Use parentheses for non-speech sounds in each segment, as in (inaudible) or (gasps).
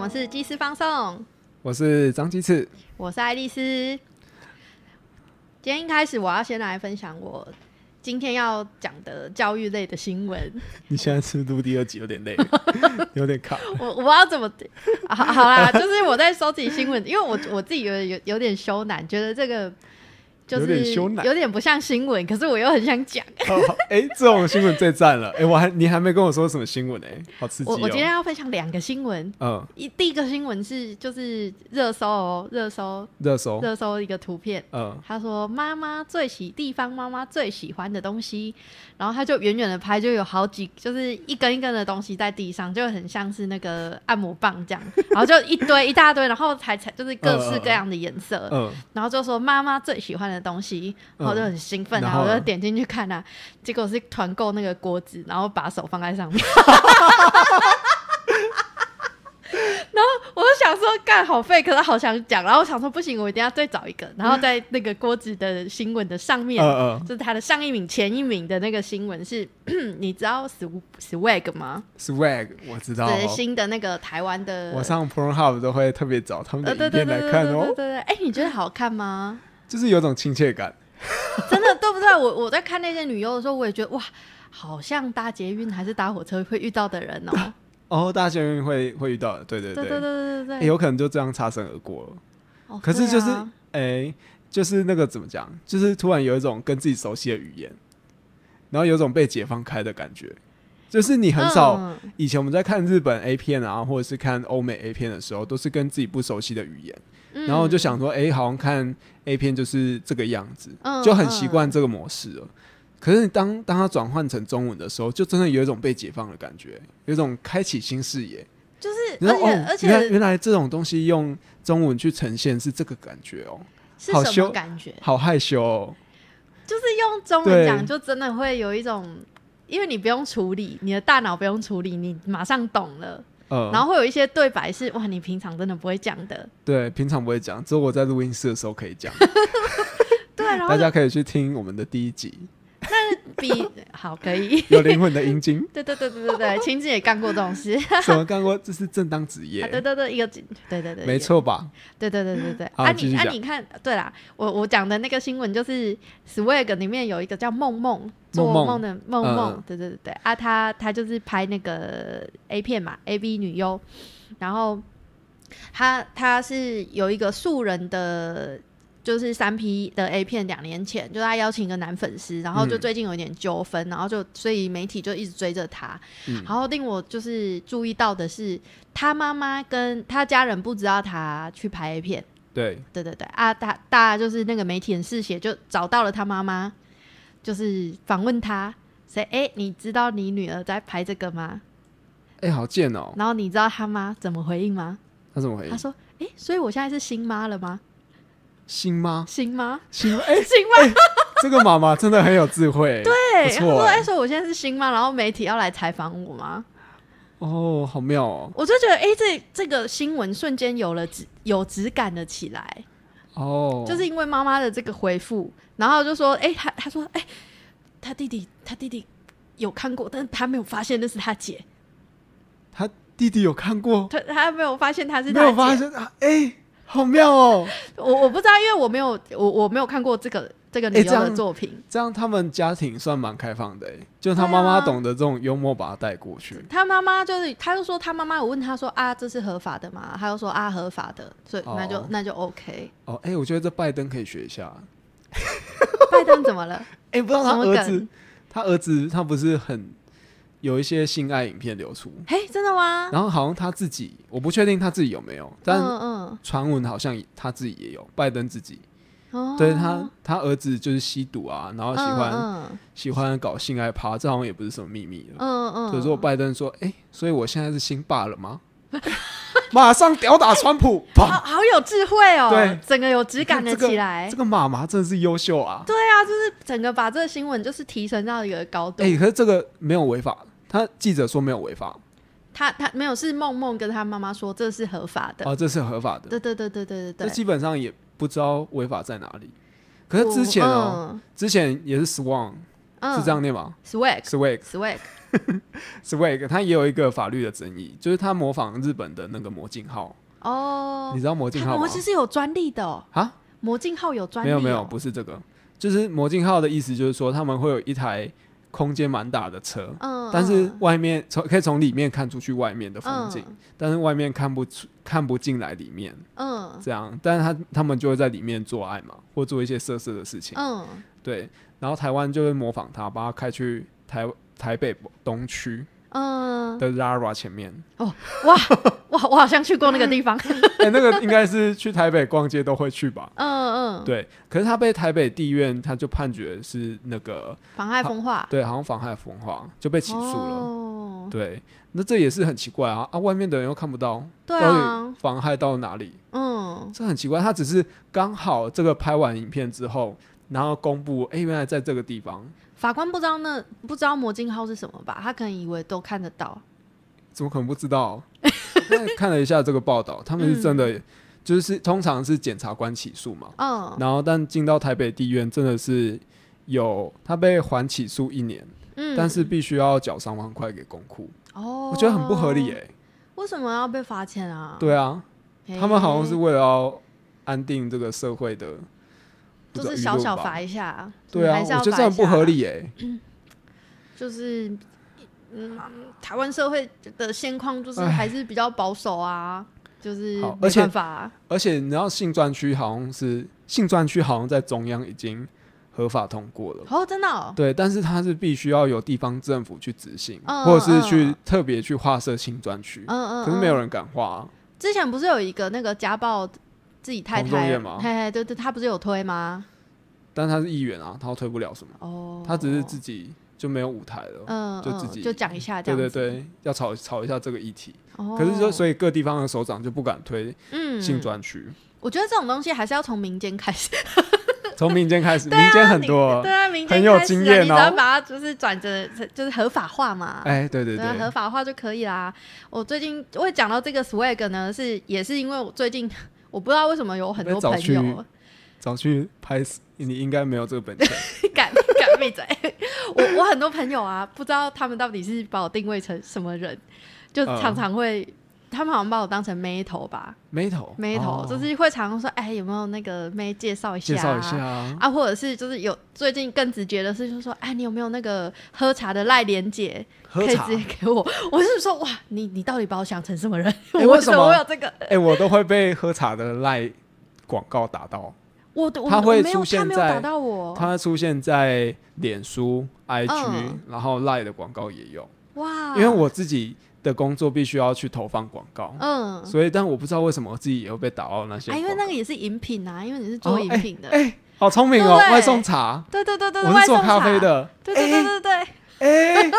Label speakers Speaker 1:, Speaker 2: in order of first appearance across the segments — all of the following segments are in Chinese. Speaker 1: 们是鸡丝放送，
Speaker 2: 我是张鸡翅，
Speaker 1: 我是爱丽丝。今天一开始，我要先来分享我今天要讲的教育类的新闻。 (laughs)
Speaker 2: 你现在是不是录第二集有 (laughs) 点累，有点卡？
Speaker 1: 我我不知道怎么、啊好，好啦，就是我在收集新闻，因为我我自己有有有点羞赧，觉得这个就
Speaker 2: 有点
Speaker 1: 是
Speaker 2: 羞赧
Speaker 1: 有点不像新闻，可是我又很想讲。
Speaker 2: 好好哎、这种新闻最赞了！哎、我还你还没跟我说什么新闻哎、好刺激
Speaker 1: 我
Speaker 2: 哦、
Speaker 1: 我今天要分享两个新闻，
Speaker 2: 嗯，
Speaker 1: 一第一个新闻是就是热搜哦，热搜
Speaker 2: 热搜，
Speaker 1: 热搜一个图片，
Speaker 2: 嗯，
Speaker 1: 他说：“妈妈最喜地方妈妈最喜欢的东西。”然后他就远远的拍，就有好几，就是一根一根的东西在地上，就很像是那个按摩棒这样，然后就一堆一大堆，然后才才就是各式各样的颜色，
Speaker 2: 嗯，
Speaker 1: 然后就说妈妈最喜欢的东西，然后就很兴奋，
Speaker 2: 嗯
Speaker 1: 然
Speaker 2: 然
Speaker 1: 后
Speaker 2: 后
Speaker 1: 我就
Speaker 2: 呢
Speaker 1: 点进去看啊，结果是团购那个锅子，然后把手放在
Speaker 2: (laughs)
Speaker 1: 上面。然后我就想说，干好废，可是好想讲。然后我想说，不行，我一定要再找一个。然后在那个锅子的新闻的上面，
Speaker 2: 嗯嗯
Speaker 1: 就是他的上一名、前一名的那个新闻是， (clears throat) 你知道 Sw- Swag 吗？
Speaker 2: ，swag，我知道、
Speaker 1: 对，
Speaker 2: 哦，
Speaker 1: 新的那个台湾的，
Speaker 2: 我上 Pornhub 都会特别找他们
Speaker 1: 呃，
Speaker 2: 的
Speaker 1: 对
Speaker 2: 影
Speaker 1: 对
Speaker 2: 片
Speaker 1: 对对对
Speaker 2: 来看
Speaker 1: 对
Speaker 2: 哦、
Speaker 1: 对对。哎，你觉得好看吗？
Speaker 2: 就是有种亲切感。
Speaker 1: 真的对不对？我我在看那些女优的时候，我也觉得哇，好像搭捷运还是搭火车会遇到的人哦、
Speaker 2: 哦，大学运会会遇到的， (laughs) 对对
Speaker 1: 对对对对对
Speaker 2: 哎
Speaker 1: 对。
Speaker 2: 有可能就这样擦身而过了。
Speaker 1: 哦
Speaker 2: 可是就是
Speaker 1: 对啊
Speaker 2: 哎、就是那个怎么讲，就是突然有一种跟自己熟悉的语言，然后有一种被解放开的感觉。就是你很少，
Speaker 1: 嗯
Speaker 2: 以前我们在看日本 A 片啊，或者是看欧美 A 片的时候，都是跟自己不熟悉的语言，
Speaker 1: 嗯
Speaker 2: 然后就想说，哎、好像看 A 片就是这个样子，
Speaker 1: 嗯
Speaker 2: 就很习惯这个模式了。可是当当它转换成中文的时候，就真的有一种被解放的感觉，有一种开启新视野。
Speaker 1: 就是，
Speaker 2: 然
Speaker 1: 而
Speaker 2: 后
Speaker 1: 且
Speaker 2: 哦、
Speaker 1: 而
Speaker 2: 原来
Speaker 1: 且
Speaker 2: 原来这种东西用中文去呈现是这个感觉哦，
Speaker 1: 是
Speaker 2: 好
Speaker 1: 什么
Speaker 2: 羞
Speaker 1: 感觉？
Speaker 2: 好害羞哦。
Speaker 1: 就是用中文讲，
Speaker 2: 对
Speaker 1: 就真的会有一种。因为你不用处理，你的大脑不用处理，你马上懂了，
Speaker 2: 呃，
Speaker 1: 然后会有一些对白是哇，你平常真的不会讲的，
Speaker 2: 对，平常不会讲，只有我在录音室的时候可以
Speaker 1: (laughs)
Speaker 2: 讲。
Speaker 1: 对， (laughs) 然后
Speaker 2: 大家可以去听我们的第一集 (laughs)
Speaker 1: 比好可以，
Speaker 2: 《有灵魂的
Speaker 1: (laughs)
Speaker 2: 阴茎，
Speaker 1: 对对对对对对，亲自也干过这种事，》
Speaker 2: (laughs) 什么干过？这是正当职业
Speaker 1: 啊，对对对，一个对对对，
Speaker 2: 没
Speaker 1: 一个
Speaker 2: 错吧？
Speaker 1: 对对对对对，
Speaker 2: 好
Speaker 1: 啊
Speaker 2: 继
Speaker 1: 你
Speaker 2: 续
Speaker 1: 啊
Speaker 2: 讲
Speaker 1: 你看，对啦，我我讲的那个新闻就是 Swag 里面有一个叫梦梦做
Speaker 2: 梦
Speaker 1: 梦的梦梦，
Speaker 2: 嗯
Speaker 1: 对对对对啊，她她就是拍那个 A 片嘛，A B 女优，然后她她是有一个素人的。就是三 P 的 A 片，两年前就她邀请一个男粉丝，然后就
Speaker 2: 嗯
Speaker 1: 最近有一点纠纷，然后就所以媒体就一直追着她，
Speaker 2: 嗯
Speaker 1: 然后令我就是注意到的是，他妈妈跟他家人不知道他去拍 A 片，
Speaker 2: 对，
Speaker 1: 对对对啊，大大家就是那个媒体很嗜血，就找到了他妈妈，就是访问他，谁哎、你知道你女儿在拍这个吗？
Speaker 2: 哎、好贱哦！
Speaker 1: 然后你知道他妈怎么回应吗？
Speaker 2: 他怎么回
Speaker 1: 他？说，哎、所以我现在是新妈了吗？
Speaker 2: 新吗？
Speaker 1: 新妈，
Speaker 2: 新哎、
Speaker 1: 新妈，
Speaker 2: 这个妈妈真的很有智慧。对，
Speaker 1: (laughs) 对，他
Speaker 2: 不错
Speaker 1: 说，
Speaker 2: 哎
Speaker 1: 哎、所以我现在是新妈，然后媒体要来采访我吗？
Speaker 2: 哦，好妙哦。
Speaker 1: 我就觉得，哎、这这个新闻瞬间有了质有质感了起来。
Speaker 2: 哦，
Speaker 1: 就是因为妈妈的这个回复，然后就说，哎、他他说，哎、他弟弟他弟弟有看过，但是他没有发现那是他姐，
Speaker 2: 他弟弟有看过，
Speaker 1: 他他没有发现他是
Speaker 2: 没
Speaker 1: 他
Speaker 2: 有发
Speaker 1: 姐。
Speaker 2: 现啊？哎、好妙哦！
Speaker 1: (laughs) 我我不知道，因为我没有我我没有看过这个这个女
Speaker 2: 哎
Speaker 1: 优
Speaker 2: 这
Speaker 1: 的
Speaker 2: 样
Speaker 1: 作品，
Speaker 2: 这样他们家庭算蛮开放的、欸，就他
Speaker 1: 对啊
Speaker 2: 妈妈懂得这种幽默把他带过去。
Speaker 1: 他妈妈就是，他就说他妈妈有问他说啊，这是合法的吗？他就说啊，合法的，所以那就、
Speaker 2: 哦
Speaker 1: 那就 OK。
Speaker 2: 哦，哎、我觉得这拜登可以学一下。
Speaker 1: 拜登怎么
Speaker 2: (laughs)
Speaker 1: 了？
Speaker 2: 哎、不知道他
Speaker 1: 什么梗
Speaker 2: 儿子，他儿子他不是很有一些性爱影片流出，
Speaker 1: 嘿，真的吗？
Speaker 2: 然后好像他自己，我不确定他自己有没有，但
Speaker 1: 嗯
Speaker 2: 传闻好像他自己也有，拜登自己，
Speaker 1: 嗯，哦
Speaker 2: 对他他儿子就是吸毒啊，然后喜欢、
Speaker 1: 嗯
Speaker 2: 喜欢搞性爱趴，这好像也不是什么秘密了。
Speaker 1: 嗯嗯，
Speaker 2: 所以说拜登说，哎、所以我现在是新霸了吗？ (laughs) 马上吊打川普，砰！
Speaker 1: 好好有智慧哦，
Speaker 2: 对
Speaker 1: 整个有质感了
Speaker 2: 你看这个
Speaker 1: 起来
Speaker 2: 这。个妈妈真的是优秀啊！
Speaker 1: 对啊，就是整个把这个新闻就是提升到一个高度。
Speaker 2: 哎、可是这个没有违法，他记者说没有违法，
Speaker 1: 他他没有是梦梦跟他妈妈说这是合法的，
Speaker 2: 哦，这是合法的，
Speaker 1: 对对对对对对
Speaker 2: 这
Speaker 1: 对。
Speaker 2: 基本上也不知道违法在哪里。可是之前哦、之前也是 Swan
Speaker 1: 嗯，嗯
Speaker 2: 是这样念吗
Speaker 1: ，swag
Speaker 2: ？Swag
Speaker 1: swag，
Speaker 2: Swag 它也有一个法律的争议，就是它模仿日本的那个魔镜号，
Speaker 1: 哦
Speaker 2: 你，知道魔镜
Speaker 1: 它
Speaker 2: 号吗
Speaker 1: 魔？镜是有专利的哦，
Speaker 2: 啊，
Speaker 1: 魔镜号有专
Speaker 2: 没
Speaker 1: 利、哦，
Speaker 2: 有没有，不是这个，就是魔镜号的意思就是说他们会有一台空间蛮大的车，
Speaker 1: 嗯，嗯，
Speaker 2: 但是外面从可以从里面看出去外面的风
Speaker 1: 嗯
Speaker 2: 景，但是外面看不出看不进来里面
Speaker 1: 嗯
Speaker 2: 这样，但是他他们就会在里面做爱嘛，或做一些色色的事情，
Speaker 1: 嗯，
Speaker 2: 对，然后台湾就会模仿他，把它开去台台北东区
Speaker 1: 嗯，
Speaker 2: 的 Zara 前面，
Speaker 1: 哇哇，我好像去过那个地
Speaker 2: (laughs)
Speaker 1: 方，
Speaker 2: 哎、那个应该是去台北逛街都会去吧。
Speaker 1: 嗯嗯，
Speaker 2: 对，可是他被台北地院，他就判决是那个
Speaker 1: 妨碍风化，
Speaker 2: 对，好像妨害风化，就被起诉了。
Speaker 1: 哦，
Speaker 2: 对，那这也是很奇怪啊啊！外面的人又看不到，
Speaker 1: 对
Speaker 2: 到
Speaker 1: 啊
Speaker 2: 底，妨害到哪里？
Speaker 1: 嗯
Speaker 2: 这很奇怪。他只是刚好这个拍完影片之后，然后公布，哎、原来在这个地方，，
Speaker 1: 法官不知道那不知道魔镜号是什么吧？他可能以为都看得到，
Speaker 2: 怎么可能不知道？ (laughs) 那看了一下这个
Speaker 1: (laughs)
Speaker 2: 报道，他们是真的，就是通常是检察官起诉嘛，
Speaker 1: 嗯
Speaker 2: 然后但进到台北地院真的是有他被缓起诉一年，
Speaker 1: 嗯，
Speaker 2: 但是必须要缴三万块给公库，
Speaker 1: 哦，
Speaker 2: 我觉得很不合理耶、
Speaker 1: 为什么要被罚钱啊？哎
Speaker 2: 对啊，
Speaker 1: 嘿，
Speaker 2: 他们好像是为了要安定这个社会的，
Speaker 1: 就
Speaker 2: 不知道
Speaker 1: 是
Speaker 2: 舆
Speaker 1: 小
Speaker 2: 论
Speaker 1: 小
Speaker 2: 吧
Speaker 1: 罚一下，
Speaker 2: 对啊，
Speaker 1: 还
Speaker 2: 我
Speaker 1: 是要
Speaker 2: 觉得
Speaker 1: 罚
Speaker 2: 这
Speaker 1: 一
Speaker 2: 很不
Speaker 1: 下
Speaker 2: 合，理哎、
Speaker 1: 就是。嗯，台湾社会的现况就是
Speaker 2: 唉
Speaker 1: 还是比较保守啊，就是
Speaker 2: 好
Speaker 1: 没
Speaker 2: 而且
Speaker 1: 办法啊、
Speaker 2: 而且你知道性专区好像是性专区好像在中央已经合法通过了，
Speaker 1: 哦，真的、哦，
Speaker 2: 对，但是它是必须要有地方政府去执行，
Speaker 1: 嗯
Speaker 2: 或者是去
Speaker 1: 嗯
Speaker 2: 特别去划设性专区，
Speaker 1: 嗯嗯，
Speaker 2: 可是没有
Speaker 1: 嗯。
Speaker 2: 人敢划、啊。
Speaker 1: 之前不是有一个那个家暴自己太
Speaker 2: 同性
Speaker 1: 太
Speaker 2: 恋，吗
Speaker 1: 嘿嘿，对对，他不是有推吗？
Speaker 2: 但他是议员啊，他推不了什么，
Speaker 1: 哦，
Speaker 2: 他只是自己就没有舞台了。
Speaker 1: 嗯，
Speaker 2: 就
Speaker 1: 嗯
Speaker 2: 自己
Speaker 1: 就讲一下这
Speaker 2: 对
Speaker 1: 样
Speaker 2: 对
Speaker 1: 子，
Speaker 2: 对，要吵吵一下这个议题。
Speaker 1: 哦
Speaker 2: 可是就所以各地方的首长就不敢推
Speaker 1: 嗯，
Speaker 2: 性
Speaker 1: (laughs)
Speaker 2: 专区，
Speaker 1: 我觉得这种东西还是要从民间开始，
Speaker 2: 从民间开始，民间很多
Speaker 1: 啊对。啊，民间
Speaker 2: 很有
Speaker 1: 开始啊
Speaker 2: 经验哦
Speaker 1: 你只要把它就是转成就是合法化嘛。
Speaker 2: 哎，对对
Speaker 1: 对啊，合
Speaker 2: 对，
Speaker 1: 法化就可以啦。我最近会讲到这个 swag 呢，是也是因为我最近我不知道为什么有很多
Speaker 2: 早
Speaker 1: 朋
Speaker 2: 去
Speaker 1: 友
Speaker 2: 早去拍死，你应该没有这个本钱。
Speaker 1: (laughs) 敢敢闭嘴。我我很多朋友啊，不知道他们到底是把我定位成什么人，就
Speaker 2: 嗯
Speaker 1: 常常会，他们好像把我当成妹头吧，
Speaker 2: 眉头，
Speaker 1: 妹头、
Speaker 2: 哦
Speaker 1: 就是会常常说，哎，有没有那个妹介绍一下、
Speaker 2: 介绍一下啊，
Speaker 1: 啊，或者是就是有最近更直接的是，就是说，哎，你有没有那个喝茶的赖连姐可
Speaker 2: 喝
Speaker 1: 以
Speaker 2: 茶
Speaker 1: 直。接给我？我是说，哇，你你到底把我想成什么人？
Speaker 2: 哎
Speaker 1: 我
Speaker 2: 为什
Speaker 1: 怎
Speaker 2: 么
Speaker 1: 会有这个？
Speaker 2: 哎，我都会被喝茶的赖广告打到，
Speaker 1: 我我
Speaker 2: 他会
Speaker 1: 我没有
Speaker 2: 出现
Speaker 1: 他没有
Speaker 2: 在
Speaker 1: 打到我，
Speaker 2: 它出现在脸书、IG，
Speaker 1: 嗯
Speaker 2: 然后赖的广告也有，
Speaker 1: 哇，
Speaker 2: 因为我自己的工作必须要去投放广告，
Speaker 1: 嗯，
Speaker 2: 所以但我不知道为什么我自己也会被打到那些
Speaker 1: 啊，
Speaker 2: 广
Speaker 1: 因
Speaker 2: 告。
Speaker 1: 为那个也是饮品啊，因为你是做
Speaker 2: 哦
Speaker 1: 饮
Speaker 2: 哎
Speaker 1: 品的，
Speaker 2: 哎，好聪明哦，
Speaker 1: 对
Speaker 2: 外送茶，
Speaker 1: 对对对对，
Speaker 2: 我
Speaker 1: 外
Speaker 2: 是做
Speaker 1: 送
Speaker 2: 咖
Speaker 1: 茶
Speaker 2: 啡，的，
Speaker 1: 对对对对对，
Speaker 2: 哎，哎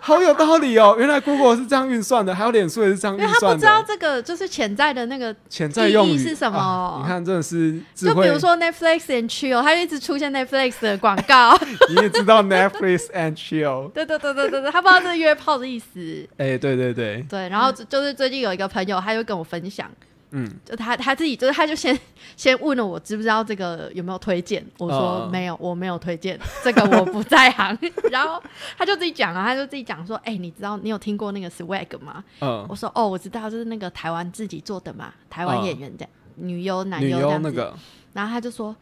Speaker 2: 好有道理哦，原来 Google 是这样运算的，还有脸书也是这样
Speaker 1: 因为
Speaker 2: 运
Speaker 1: 他不
Speaker 2: 算
Speaker 1: 知道
Speaker 2: 的。
Speaker 1: 这个就是潜在的那个，
Speaker 2: 潜在用
Speaker 1: 意
Speaker 2: 语
Speaker 1: 义是什么
Speaker 2: 啊你看，真的是智
Speaker 1: 就
Speaker 2: 慧。
Speaker 1: 比如说 Netflix and chill，他就一直出现 Netflix 的广告，
Speaker 2: 你也知道 Netflix and chill。
Speaker 1: (laughs) 对对对对对对，他不知道这是约炮的意思。
Speaker 2: 哎、对对对，
Speaker 1: 对，然后就就是最近有一个朋友，他就跟我分享，
Speaker 2: 嗯，
Speaker 1: 就他他自己就是他就先先问了我知不知道这个有没有推荐，我说
Speaker 2: 嗯嗯
Speaker 1: 没有，我没有推荐，这个我不在
Speaker 2: (laughs)
Speaker 1: 行。然后他就自己讲啊，他就自己讲说，哎、你知道你有听过那个 swag 吗？
Speaker 2: 嗯，
Speaker 1: 我说哦，我知道，就是那个台湾自己做的嘛，台湾
Speaker 2: 嗯
Speaker 1: 演员的、女优男
Speaker 2: 女
Speaker 1: 优这
Speaker 2: 优
Speaker 1: 样
Speaker 2: 那
Speaker 1: 子。
Speaker 2: 个，
Speaker 1: 然后他就说，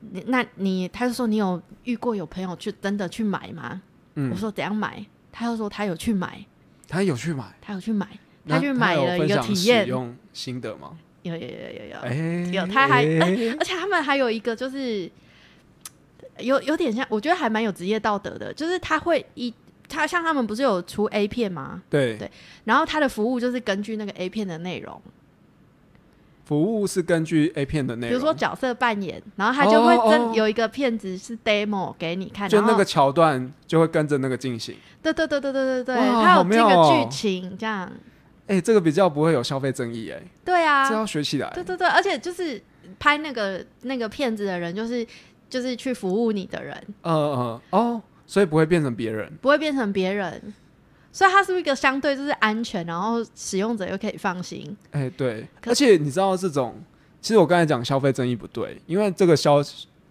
Speaker 1: 你那你他就说你有遇过有朋友去真的去买吗？我
Speaker 2: 嗯，
Speaker 1: 说怎样买？他就说他有去买，
Speaker 2: 他有去买，
Speaker 1: 他有去买，
Speaker 2: 那
Speaker 1: 他去买
Speaker 2: 有
Speaker 1: 了
Speaker 2: 分
Speaker 1: 一个
Speaker 2: 享
Speaker 1: 体
Speaker 2: 使
Speaker 1: 验，
Speaker 2: 用心得吗？
Speaker 1: 有有有有有，
Speaker 2: 哎、
Speaker 1: 有他还
Speaker 2: 哎
Speaker 1: 而且他们还有一个就是，有有点像，我觉得还蛮有职业道德的，就是他会一他像他们不是有出 A 片吗？
Speaker 2: 对，
Speaker 1: 对然后他的服务就是根据那个 A 片的内容，
Speaker 2: 服务是根据 A 片的内
Speaker 1: 比
Speaker 2: 容，
Speaker 1: 如说角色扮演，然后他就会真、
Speaker 2: 哦哦哦
Speaker 1: 有一个片子是 demo 给你看，
Speaker 2: 就
Speaker 1: 然
Speaker 2: 那
Speaker 1: 后
Speaker 2: 个桥段就会跟着那个进行。
Speaker 1: 对对对对对对对，
Speaker 2: 哇
Speaker 1: 他有
Speaker 2: 好
Speaker 1: 这
Speaker 2: 妙
Speaker 1: 个
Speaker 2: 哦
Speaker 1: 剧情这样，
Speaker 2: 哎、这个比较不会有消费争议、哎、
Speaker 1: 对啊，
Speaker 2: 这要学起来。
Speaker 1: 对对对，而且就是拍那个那个片子的人就是。就是去服务你的人，
Speaker 2: 嗯嗯哦，所以不会变成别人。
Speaker 1: 不会变成别人，所以它是不是一个相对就是安全，然后使用者又可以放心。
Speaker 2: 哎、对，
Speaker 1: 可
Speaker 2: 而且你知道这种，其实我刚才讲消费争议不对，因为这个消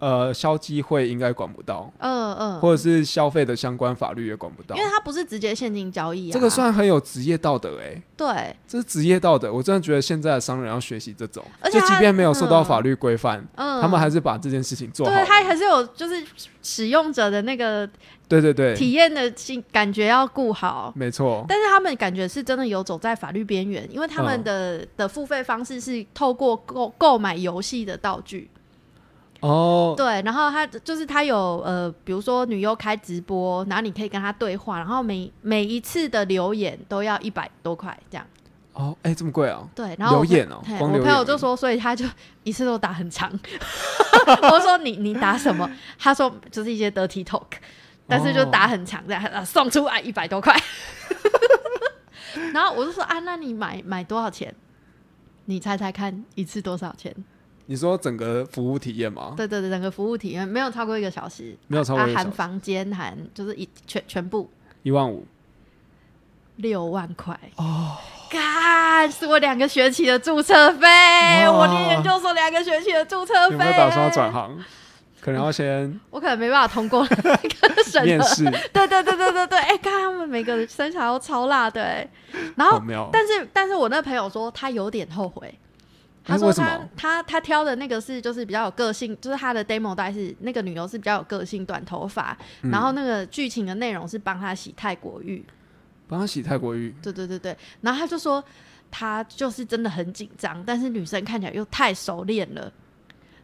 Speaker 2: 呃消基会应该管不到，
Speaker 1: 嗯嗯，
Speaker 2: 或者是消费的相关法律也管不到
Speaker 1: 因。为它不是直接现金交易啊，
Speaker 2: 这个算很有职业道德哎、
Speaker 1: 对，
Speaker 2: 这是职业道德。我真的觉得现在的商人要学习这种，
Speaker 1: 而且
Speaker 2: 就
Speaker 1: 他
Speaker 2: 即便没有受到
Speaker 1: 嗯
Speaker 2: 法律规范，
Speaker 1: 嗯，
Speaker 2: 他们还是把这件事情做好
Speaker 1: 对，。它还是有就是使用者的那个
Speaker 2: 对对对，
Speaker 1: 体验的性感觉要顾好。
Speaker 2: 没错，
Speaker 1: 但是他们感觉是真的有走在法律边缘，因为他们
Speaker 2: 嗯
Speaker 1: 的、的付费方式是透过购购买游戏的道具，
Speaker 2: 哦，
Speaker 1: 对，然后他就是他有呃，比如说女优开直播，然后你可以跟他对话，然后每每一次的留言都要一百多块这样，
Speaker 2: 哦，哎、这么贵啊？
Speaker 1: 对，然后我
Speaker 2: 留言哦
Speaker 1: 嘿
Speaker 2: 光
Speaker 1: 我
Speaker 2: 留
Speaker 1: 朋
Speaker 2: 言
Speaker 1: 友
Speaker 2: 而
Speaker 1: 就
Speaker 2: 已
Speaker 1: 说，所以他就 (laughs) 一次都打很长， (laughs) 我说你你打什
Speaker 2: (laughs)
Speaker 1: 么？他说就是一些 dirty talk，但是就
Speaker 2: 哦
Speaker 1: 打很长这样，呃送出来一百多块， (laughs) 然后我就说啊，那你买买多少钱？你猜猜看，一次多少钱？
Speaker 2: 你说整个服务体验吗？
Speaker 1: 对啊对对，整个服务体验没有超过一个小时，
Speaker 2: 没哦有超过
Speaker 1: 它
Speaker 2: 一个小
Speaker 1: 含
Speaker 2: 时
Speaker 1: 房间含就是一全全部
Speaker 2: 一万五
Speaker 1: 六万块
Speaker 2: 哦，
Speaker 1: 干是我两个学期的注册费，我念研究所两个学期的注册
Speaker 2: 有
Speaker 1: 费。啊
Speaker 2: 没有打算要转？行？可能要先
Speaker 1: 我可能没办法通过那个审
Speaker 2: 面
Speaker 1: 核。(laughs)
Speaker 2: 试，哦
Speaker 1: 对对对对对对，哎、看他们每个身材都超辣的、哎然
Speaker 2: 好
Speaker 1: 后，
Speaker 2: 妙。
Speaker 1: 但是但是我那朋友说他有点后悔，他
Speaker 2: 哎
Speaker 1: 说
Speaker 2: 为什
Speaker 1: 他、
Speaker 2: 么
Speaker 1: 他他挑的那个是就是比较有个性，就是他的 demo 带是那个女优是比较有个性，短头发，
Speaker 2: 嗯
Speaker 1: 然后那个剧情的内容是帮他洗泰国浴，
Speaker 2: 帮他洗泰国浴，
Speaker 1: 对对对对，然后他就说他就是真的很紧张，但是女生看起来又太熟练了，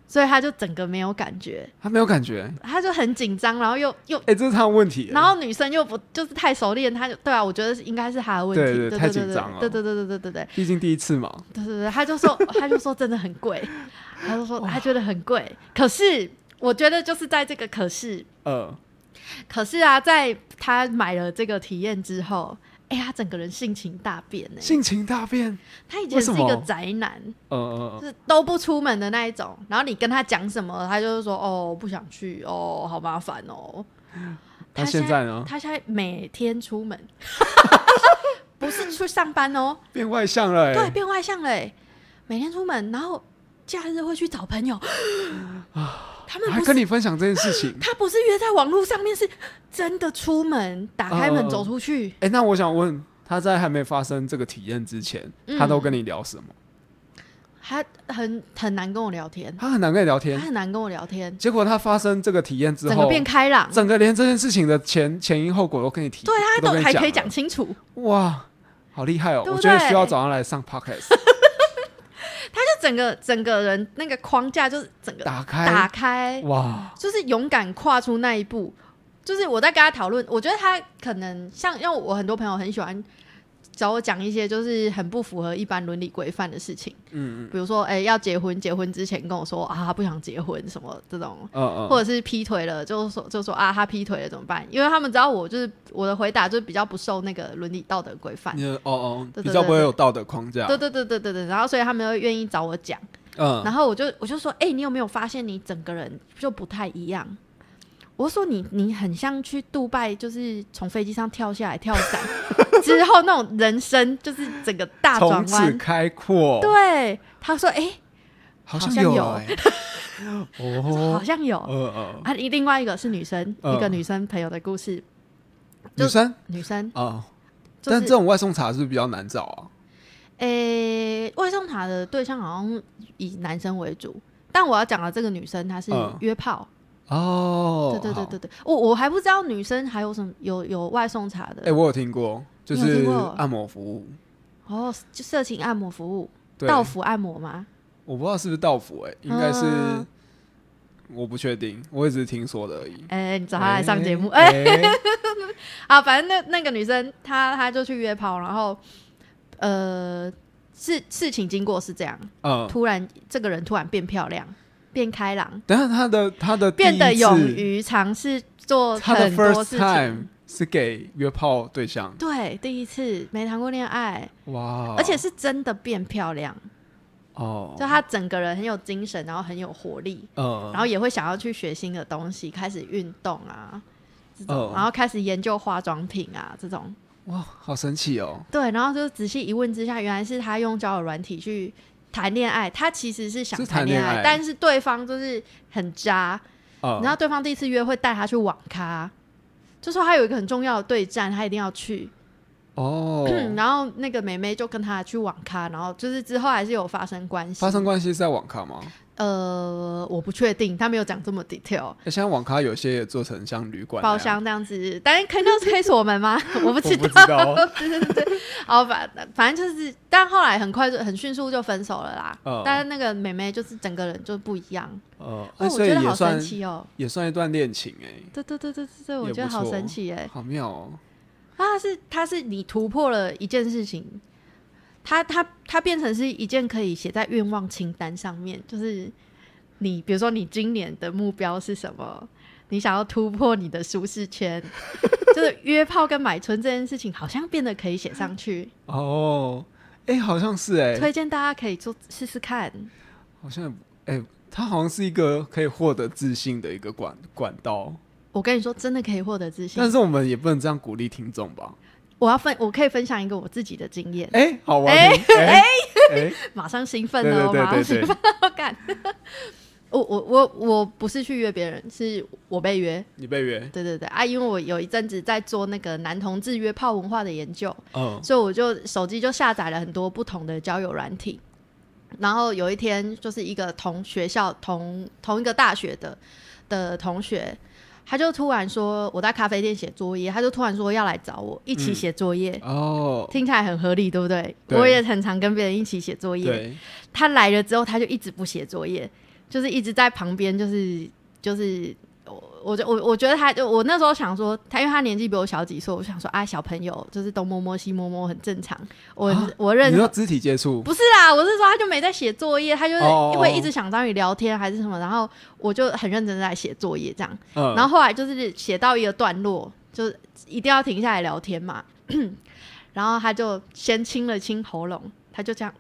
Speaker 1: 所以他就整个没有感觉，
Speaker 2: 他没有感觉。
Speaker 1: 他就很紧张，然后又又。
Speaker 2: 哎、这是他的问题、
Speaker 1: 然后女生又不就是太熟练，他就对啊，我觉得是应该是他的问题，
Speaker 2: 对对
Speaker 1: 对对
Speaker 2: 太
Speaker 1: 对
Speaker 2: 紧张了
Speaker 1: 对对对对对对对
Speaker 2: 毕竟第一次嘛，
Speaker 1: 对对对，他就说他就说真的很贵，他就说他觉得很贵，可是我觉得就是在这个可是
Speaker 2: 呃，
Speaker 1: 可是啊，在他买了这个体验之后，哎、他整个人性情大变呢、
Speaker 2: 性情大变，
Speaker 1: 他以前是
Speaker 2: 为
Speaker 1: 一
Speaker 2: 什
Speaker 1: 个
Speaker 2: 么
Speaker 1: 宅男，
Speaker 2: 呃呃，
Speaker 1: 就是都不出门的那一种。然后你跟他讲什么，他就是说哦不想去哦，好麻烦哦。
Speaker 2: 他现在呢
Speaker 1: 他现在每天出门，
Speaker 2: (laughs)
Speaker 1: 不是去上班哦，
Speaker 2: 变外向了、
Speaker 1: 对，
Speaker 2: 欸，
Speaker 1: 变外向嘞、每天出门，然后假日会去找朋友。他们
Speaker 2: 啊还
Speaker 1: 不是
Speaker 2: 跟你分享这件
Speaker 1: (laughs)
Speaker 2: 事情。
Speaker 1: 他不是约在网络上面，是真的出门，打开
Speaker 2: 嗯嗯
Speaker 1: 门
Speaker 2: 嗯
Speaker 1: 走出去。
Speaker 2: 哎、那我想问，他在还没发生这个体验之前，
Speaker 1: 嗯
Speaker 2: 他都跟你聊什么？
Speaker 1: 他很很难跟我聊天，
Speaker 2: 他很难跟你聊
Speaker 1: 他
Speaker 2: 天。
Speaker 1: 很难跟我聊天，
Speaker 2: 结果他发生这个体验之
Speaker 1: 整个
Speaker 2: 后，
Speaker 1: 变开朗。
Speaker 2: 整个连这件事情的前前因后果都跟你提，
Speaker 1: 对啊他
Speaker 2: 都
Speaker 1: 都
Speaker 2: 跟你
Speaker 1: 还可以
Speaker 2: 了
Speaker 1: 讲清楚，就
Speaker 2: 哇，好厉害哦！
Speaker 1: 对不
Speaker 2: 我觉得
Speaker 1: 对
Speaker 2: 需要找他来上
Speaker 1: (laughs)
Speaker 2: podcast，
Speaker 1: 整个整个人那个框架就是整个
Speaker 2: 打开
Speaker 1: 打开，
Speaker 2: 哇，
Speaker 1: 就是勇敢跨出那一步。就是我在跟他讨论，我觉得他可能像，因为我很多朋友很喜欢找我讲一些就是很不符合一般伦理规范的事情，
Speaker 2: 嗯嗯
Speaker 1: 比如说，哎、要结婚，结婚之前跟我说啊，他不想结婚什么这种，
Speaker 2: 嗯嗯，
Speaker 1: 或者是劈腿了，就是说就说啊，他劈腿了怎么办？因为他们知道我就是我的回答就是比较不受那个伦理道德规范
Speaker 2: 你，的哦哦，
Speaker 1: 对对
Speaker 2: 比较不会
Speaker 1: 对
Speaker 2: 有道德框架，
Speaker 1: 对对对对对对，然后所以他们又愿意找我讲，
Speaker 2: 嗯
Speaker 1: 然后我就我就说，哎、你有没有发现你整个人就不太一样？我说你你很像去杜拜，就是从飞机上跳下来跳
Speaker 2: (laughs)
Speaker 1: 伞之后那种人生，就是整个大
Speaker 2: 从
Speaker 1: 转
Speaker 2: 此
Speaker 1: 弯。
Speaker 2: 开阔，
Speaker 1: 对，他说，哎、
Speaker 2: 好
Speaker 1: 好像
Speaker 2: 有
Speaker 1: 有
Speaker 2: 哎，
Speaker 1: (laughs) 好
Speaker 2: 哦，
Speaker 1: 像有、
Speaker 2: 呃呃，
Speaker 1: 啊。另另外一个是女生，
Speaker 2: 嗯
Speaker 1: 一个女生朋友的故事，就
Speaker 2: 女生
Speaker 1: 女生
Speaker 2: 哦，
Speaker 1: 就
Speaker 2: 但这
Speaker 1: 是，
Speaker 2: 种外送茶是不是比较难找啊，
Speaker 1: 诶、外送塔的对象好像以男生为主，但我要讲的这个女生她是
Speaker 2: 嗯
Speaker 1: 约炮。
Speaker 2: 哦，
Speaker 1: 对对对
Speaker 2: 好，
Speaker 1: 对对，我我还不知道女生还有什么有有外送茶的、
Speaker 2: 哎，我有听过，就
Speaker 1: 你有
Speaker 2: 是
Speaker 1: 听过
Speaker 2: 按摩服务，
Speaker 1: 哦，就色情按摩服务，
Speaker 2: 对，
Speaker 1: 到府按摩吗？
Speaker 2: 我不知道是不是道服，哎，应该是
Speaker 1: 嗯。
Speaker 2: 我不确定，我也只是听说的而已。
Speaker 1: 哎、你找她来上节目，哎、 (laughs)
Speaker 2: 哎，哎
Speaker 1: 啊，反正那那个女生她她就去约炮，然后呃事事情经过是这样，
Speaker 2: 嗯，
Speaker 1: 突然这个人突然变漂亮，变开朗，
Speaker 2: 等一下他的他的
Speaker 1: 变得
Speaker 2: 第一次
Speaker 1: 勇于尝试做
Speaker 2: 他的
Speaker 1: 很多
Speaker 2: first
Speaker 1: 事
Speaker 2: time
Speaker 1: 情。
Speaker 2: 是给约炮对象，
Speaker 1: 对，第一次没谈过恋爱，
Speaker 2: 哇！
Speaker 1: 而且是真的变漂亮，
Speaker 2: 哦，
Speaker 1: 就她整个人很有精神，然后很有活力。
Speaker 2: 呃，
Speaker 1: 然后也会想要去学新的东西，开始运动啊，这种，
Speaker 2: 哦
Speaker 1: 然后开始研究化妆品啊这种。
Speaker 2: 哇，好神奇哦！
Speaker 1: 对，然后就仔细一问之下，原来是他用交友软体去谈恋爱，他其实是想
Speaker 2: 是
Speaker 1: 谈
Speaker 2: 谈
Speaker 1: 恋
Speaker 2: 恋爱
Speaker 1: 但是对方就是很渣，
Speaker 2: 啊、
Speaker 1: 然后对方第一次约会带他去网咖，就说他有一个很重要的对战，他一定要去。
Speaker 2: 哦，
Speaker 1: (clears throat) 然后那个妹妹就跟他去网咖，然后就是之后还是有发生关系。
Speaker 2: 发生关系是在网咖吗？
Speaker 1: 呃，我不确定，他没有讲这么 detail。
Speaker 2: 那、现在网咖有些也做成像旅馆那
Speaker 1: 包，
Speaker 2: 样
Speaker 1: 厢这样子，但是可以
Speaker 2: (laughs)
Speaker 1: 那是可以锁门吗？我不
Speaker 2: 我
Speaker 1: 知
Speaker 2: 不
Speaker 1: 道。 (laughs)
Speaker 2: 知道。
Speaker 1: 对对对对，哦，反反正就是，但后来很快就很迅速就分手了啦。
Speaker 2: 嗯
Speaker 1: 但是那个妹妹就是整个人就不一样，
Speaker 2: 呃，
Speaker 1: 哦，
Speaker 2: 那
Speaker 1: 我
Speaker 2: 所以
Speaker 1: 觉得好
Speaker 2: 也
Speaker 1: 神
Speaker 2: 算
Speaker 1: 奇哦。
Speaker 2: 也算一段恋情哎、
Speaker 1: 对对对对对对，我
Speaker 2: 也
Speaker 1: 觉得
Speaker 2: 不
Speaker 1: 好
Speaker 2: 错
Speaker 1: 神奇哎。
Speaker 2: 好妙哦。
Speaker 1: 他啊是他是你突破了一件事情，他他他变成是一件可以写在愿望清单上面，就是你比如说你今年的目标是什么，你想要突破你的舒适圈， (laughs) 就是约炮跟买春这件事情好像变得可以写上去，
Speaker 2: 哦，哎、好像是哎、
Speaker 1: 推荐大家可以做试试看。
Speaker 2: 好像哎、它好像是一个可以获得自信的一个管管道，
Speaker 1: 我跟你说，真的可以获得自信
Speaker 2: 但。是我们也不能这样鼓励听众吧？
Speaker 1: 我要分，我可以分享一个我自己的经验，
Speaker 2: 哎、好玩哎哎
Speaker 1: (laughs)
Speaker 2: 哎，
Speaker 1: 马上兴
Speaker 2: 对
Speaker 1: 奋了
Speaker 2: 对
Speaker 1: 哦，马上
Speaker 2: 对
Speaker 1: 兴
Speaker 2: 对
Speaker 1: 奋
Speaker 2: 对，
Speaker 1: 了，干！ (laughs) 我我我我不是去约别人，是我被约。
Speaker 2: 你被约，
Speaker 1: 对对对啊，因为我有一阵子在做那个男同志约炮文化的研究，
Speaker 2: 嗯
Speaker 1: 所以我就手机就下载了很多不同的交友软体。然后有一天，就是一个同学校同同一个大学的的同学，他就突然说我在咖啡店写作业，他就突然说要来找我一起
Speaker 2: 嗯
Speaker 1: 写作业，
Speaker 2: 哦，
Speaker 1: 听起来很合理，对不对？
Speaker 2: 对
Speaker 1: 我也很常跟别人一起写作业，
Speaker 2: 对，
Speaker 1: 他来了之后，他就一直不写作业，就是一直在旁边、就是，就是我我就我我觉得他就我那时候想说，他因为他年纪比我小几岁，我想说啊，小朋友就是东摸摸西摸摸很正常。我、
Speaker 2: 啊
Speaker 1: 我认
Speaker 2: 你说肢体接触，
Speaker 1: 不是啦，我是说他就没在写作业，他就是
Speaker 2: 哦哦哦
Speaker 1: 会一直想找你聊天还是什么，然后我就很认真地在写作业这样。
Speaker 2: 嗯，
Speaker 1: 然后后来就是写到一个段落，就是一定要停下来聊天嘛。 (clears throat) 然后他就先清了清喉咙，他就这样。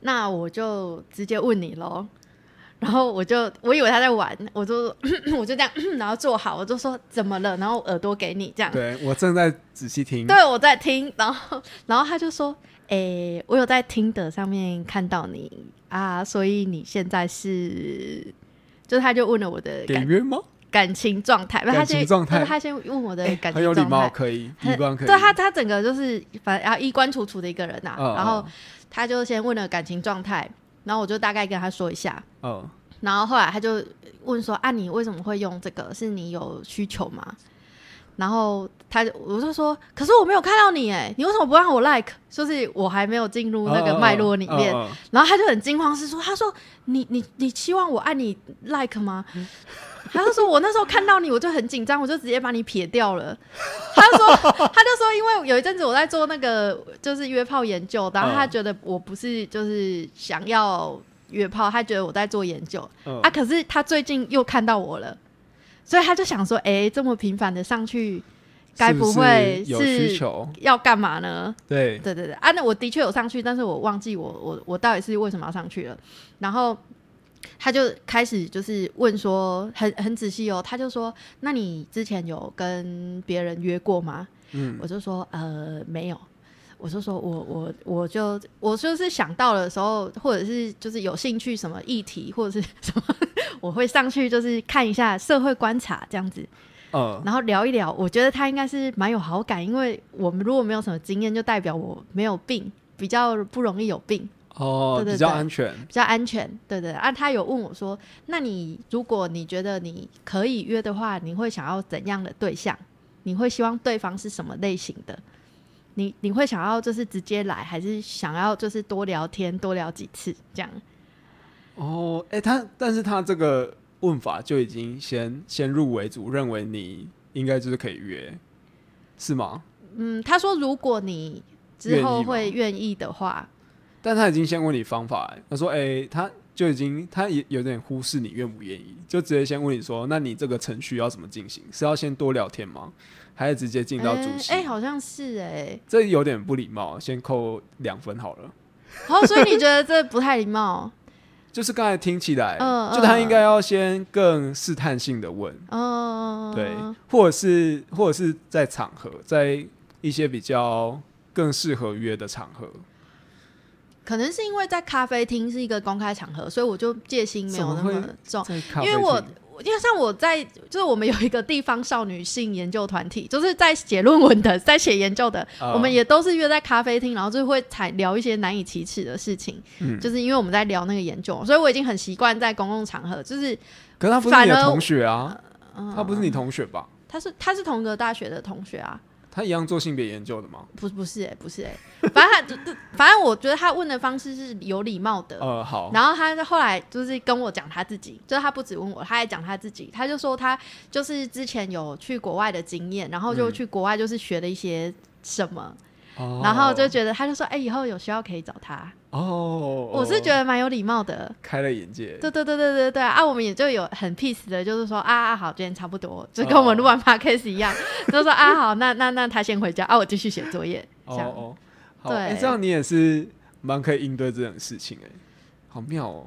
Speaker 1: 那我就直接问你喽。然后我就我以为他在玩，我就 (clears throat) 我就这样，然后坐好，我就说怎么了？然后耳朵给你这样。
Speaker 2: 对我正在仔细听，
Speaker 1: 对，我在听，然后然后他就说：“诶、我有在听的上面看到你啊，所以你现在是……就是他就问了我的
Speaker 2: 给
Speaker 1: 感
Speaker 2: 约吗？
Speaker 1: 感情状态，不，他
Speaker 2: 感
Speaker 1: 先
Speaker 2: 情状态
Speaker 1: 就是他先问我的
Speaker 2: 哎
Speaker 1: 感
Speaker 2: 很
Speaker 1: 情
Speaker 2: 有礼
Speaker 1: 状态，
Speaker 2: 貌，可以，
Speaker 1: 很
Speaker 2: 礼貌可以，
Speaker 1: 对他他整个就是反正啊衣冠楚楚的一个人呐、
Speaker 2: 嗯，
Speaker 1: 然后他就先问了感情状态，然后我就大概跟他说一下，
Speaker 2: 嗯，
Speaker 1: 然后后来他就问说啊你为什么会用这个？是你有需求吗？然后他就我就说，可是我没有看到你哎，你为什么不让我 like？就是我还没有进入
Speaker 2: 嗯
Speaker 1: 那个脉络里面，，
Speaker 2: 嗯嗯嗯
Speaker 1: 然后他就很惊慌失措，他说：“你你你希望我按你 like 吗？”他就说：“我那时候看到你，我就很紧张，我就直接把你撇掉
Speaker 2: (laughs)
Speaker 1: 了。”他就说：“他就说，因为有一阵子我在做那个就是约炮研究，然后他
Speaker 2: 嗯
Speaker 1: 觉得我不是就是想要约炮，他觉得我在做研究
Speaker 2: 嗯
Speaker 1: 啊。可是他最近又看到我了，所以他就想说：‘哎、这么频繁的上去，该
Speaker 2: 是不是
Speaker 1: 会
Speaker 2: 有需
Speaker 1: 是
Speaker 2: 求？
Speaker 1: 要干嘛呢？’
Speaker 2: 对，
Speaker 1: 对对对啊，那我的确有上去，但是我忘记我我我到底是为什么要上去了。然后他就开始就是问说，很很仔细哦，他就说，那你之前有跟别人约过吗？
Speaker 2: 嗯，
Speaker 1: 我就说呃没有，我就说我我我就我就是想到的时候，或者是就是有兴趣什么议题或者是什么， (laughs) 我会上去就是看一下社会观察这样子。
Speaker 2: 嗯，
Speaker 1: 然后聊一聊，我觉得他应该是蛮有好感，因为我们如果没有什么经验，就代表我没有病，比较不容易有病，
Speaker 2: 哦，
Speaker 1: 对对
Speaker 2: 比较
Speaker 1: 对
Speaker 2: 安全，
Speaker 1: 比较安全。对对啊，他有问我说，那你如果你觉得你可以约的话，你会想要怎样的对象？你会希望对方是什么类型的？你你会想要就是直接来，还是想要就是多聊天多聊几次这样？
Speaker 2: 哦，哎、他但是他这个问法就已经先先入为主，认为你应该就是可以约，是吗？
Speaker 1: 嗯，他说如果你之
Speaker 2: 愿意
Speaker 1: 后
Speaker 2: 吗
Speaker 1: 会愿意的话，
Speaker 2: 但他已经先问你方法、欸，他说，哎、他就已经他也有点忽视你愿不愿意，就直接先问你说，那你这个程序要怎么进行？是要先多聊天吗？还是直接进到主
Speaker 1: 嗯
Speaker 2: 席？
Speaker 1: 哎、好像是哎、
Speaker 2: 这有点不礼貌，先扣两分好了。
Speaker 1: 哦，所以你觉得这不太礼貌？ (laughs)
Speaker 2: 就是刚才听起来，
Speaker 1: 嗯
Speaker 2: 就他
Speaker 1: 嗯
Speaker 2: 应该要先更试探性的问，
Speaker 1: 嗯，
Speaker 2: 对，或者是或者是在场合，在一些比较更适合约的场合，
Speaker 1: 可能是因为在咖啡厅是一个公开场合，所以我就戒心没有那
Speaker 2: 怎么
Speaker 1: 么
Speaker 2: 会
Speaker 1: 重。
Speaker 2: 在咖啡
Speaker 1: 因为我
Speaker 2: 厅
Speaker 1: 因为像我在，就是我们有一个地方少女性研究团体，就是在写论文的，在写研究的，
Speaker 2: 啊
Speaker 1: 我们也都是约在咖啡厅，然后就会才聊一些难以启齿的事情，
Speaker 2: 嗯
Speaker 1: 就是因为我们在聊那个研究，所以我已经很习惯在公共场合，就是
Speaker 2: 可是他不是你
Speaker 1: 反
Speaker 2: 的
Speaker 1: 而
Speaker 2: 同学啊，
Speaker 1: 嗯
Speaker 2: 他不是你同学吧？
Speaker 1: 他是他是同个大学的同学啊，
Speaker 2: 他一样做性别研究的吗？
Speaker 1: 不不是哎、不是哎、反正他 (laughs) 就就反正我觉得他问的方式是有礼貌的，
Speaker 2: 呃，好，
Speaker 1: 然后他就后来就是跟我讲他自己，就是他不止问我，他还讲他自己。他就说他就是之前有去国外的经验，然后就
Speaker 2: 嗯
Speaker 1: 去国外就是学了一些什么，
Speaker 2: 哦
Speaker 1: 然后就觉得他就说，哎、以后有需要可以找他。
Speaker 2: 哦，
Speaker 1: 我是觉得蛮有礼貌的。
Speaker 2: 开了眼界，
Speaker 1: 对对对对对对啊！我们也就有很 peace 的，就是说啊啊好，今天差不多，就跟我们录完 podcast 一样， (laughs) 就说啊好，那那那他先回家啊，我继续写作业。这
Speaker 2: 哦
Speaker 1: 样
Speaker 2: 哦，好，
Speaker 1: 对
Speaker 2: 哎这样你也是蛮可以应对这种事情哎，好妙哦，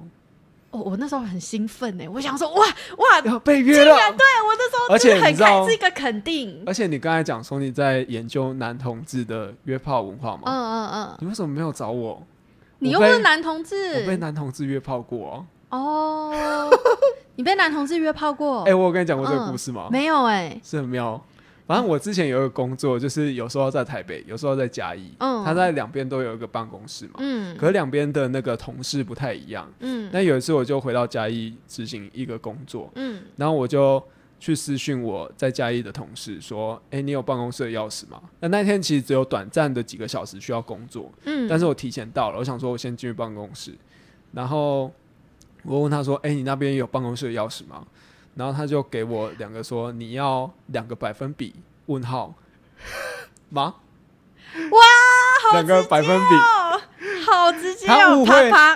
Speaker 1: 我、我那时候很兴奋呢，我想说哇哇，对
Speaker 2: 要被约了，
Speaker 1: 我那时候
Speaker 2: 而且
Speaker 1: 真的
Speaker 2: 你
Speaker 1: 很
Speaker 2: 知道
Speaker 1: 开是一个肯定。
Speaker 2: 而且你刚才讲说你在研究男同志的约炮文化
Speaker 1: 嗯
Speaker 2: 嘛，
Speaker 1: 嗯嗯，
Speaker 2: 你为什么没有找我？
Speaker 1: 你
Speaker 2: 我
Speaker 1: 又不是
Speaker 2: 被
Speaker 1: 男同
Speaker 2: 我被
Speaker 1: 志
Speaker 2: 男同志约炮过哦。
Speaker 1: 哦，你被男同志约炮过？
Speaker 2: (laughs) 哎、我有跟你讲过这个故事吗？
Speaker 1: 哦没有哎、
Speaker 2: 是很妙。反正我之前有一个工作，就是有时候在台北，有时候在嘉义，
Speaker 1: 嗯
Speaker 2: 他在两边都有一个办公室嘛。
Speaker 1: 嗯
Speaker 2: 可是两边的那个同事不太一样。
Speaker 1: 嗯
Speaker 2: 那有一次我就回到嘉义执行一个工作，
Speaker 1: 嗯
Speaker 2: 然后我就去私讯我在嘉义的同事说：“哎、你有办公室的钥匙吗？”那那天其实只有短暂的几个小时需要工作，
Speaker 1: 嗯
Speaker 2: 但是我提前到了，我想说我先进去办公室，然后我问他说：“哎、你那边有办公室的钥匙吗？”然后他就给我两个说：“你要两个百分比？”问号吗？
Speaker 1: (laughs)
Speaker 2: 哇，两个 (laughs) 百分比，
Speaker 1: 哦，好直接
Speaker 2: 他
Speaker 1: 哦，
Speaker 2: 误
Speaker 1: 啪
Speaker 2: 会
Speaker 1: 啪，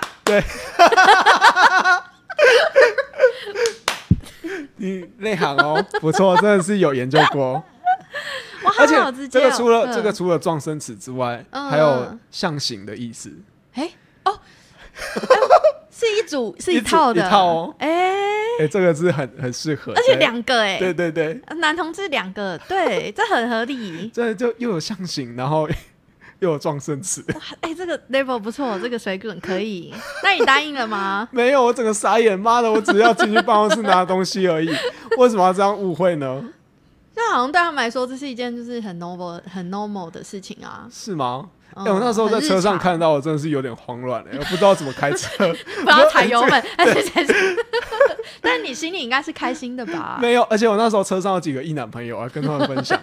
Speaker 2: 你内行哦，不错，真的是有研究过。
Speaker 1: 哇，
Speaker 2: 而
Speaker 1: (laughs)
Speaker 2: 且
Speaker 1: 好直接、
Speaker 2: 这
Speaker 1: 哦。
Speaker 2: 个除了、这
Speaker 1: 嗯
Speaker 2: 个除了撞生词之外，
Speaker 1: 嗯
Speaker 2: 还有象形的意思，
Speaker 1: 哎、哦，哎是一组是
Speaker 2: 一组
Speaker 1: 套的
Speaker 2: 一套哦
Speaker 1: 哎、
Speaker 2: (laughs) 哎、这个是很很适合，
Speaker 1: 而且两个哎、
Speaker 2: 对对对，
Speaker 1: 男同志两个，对，这很合理。
Speaker 2: 这就又有象形，然后 (laughs) 又有撞生词。 (laughs)
Speaker 1: 哇，哎、这个 level 不错，这个水准可以。那你答应了吗？
Speaker 2: 没有，我整个傻眼，妈的，我只要进去办公室拿东西而已， (laughs) 为什么要这样误会呢？
Speaker 1: 那好像对他们来说，这是一件就是很 normal 很 normal 的事情啊。
Speaker 2: 是吗？哎、
Speaker 1: 嗯
Speaker 2: 我那时候在车上，
Speaker 1: 很
Speaker 2: 看到，我真的是有点慌乱、欸，我不知道怎么开
Speaker 1: (laughs)
Speaker 2: 车。
Speaker 1: 日常 (laughs) 不要踩油
Speaker 2: (laughs)
Speaker 1: 门，但是但是， (laughs) 但你心里应该是开心的吧？
Speaker 2: (laughs) 没有，而且我那时候车上有几个异男朋友，我要跟他们
Speaker 1: (laughs)
Speaker 2: 分享。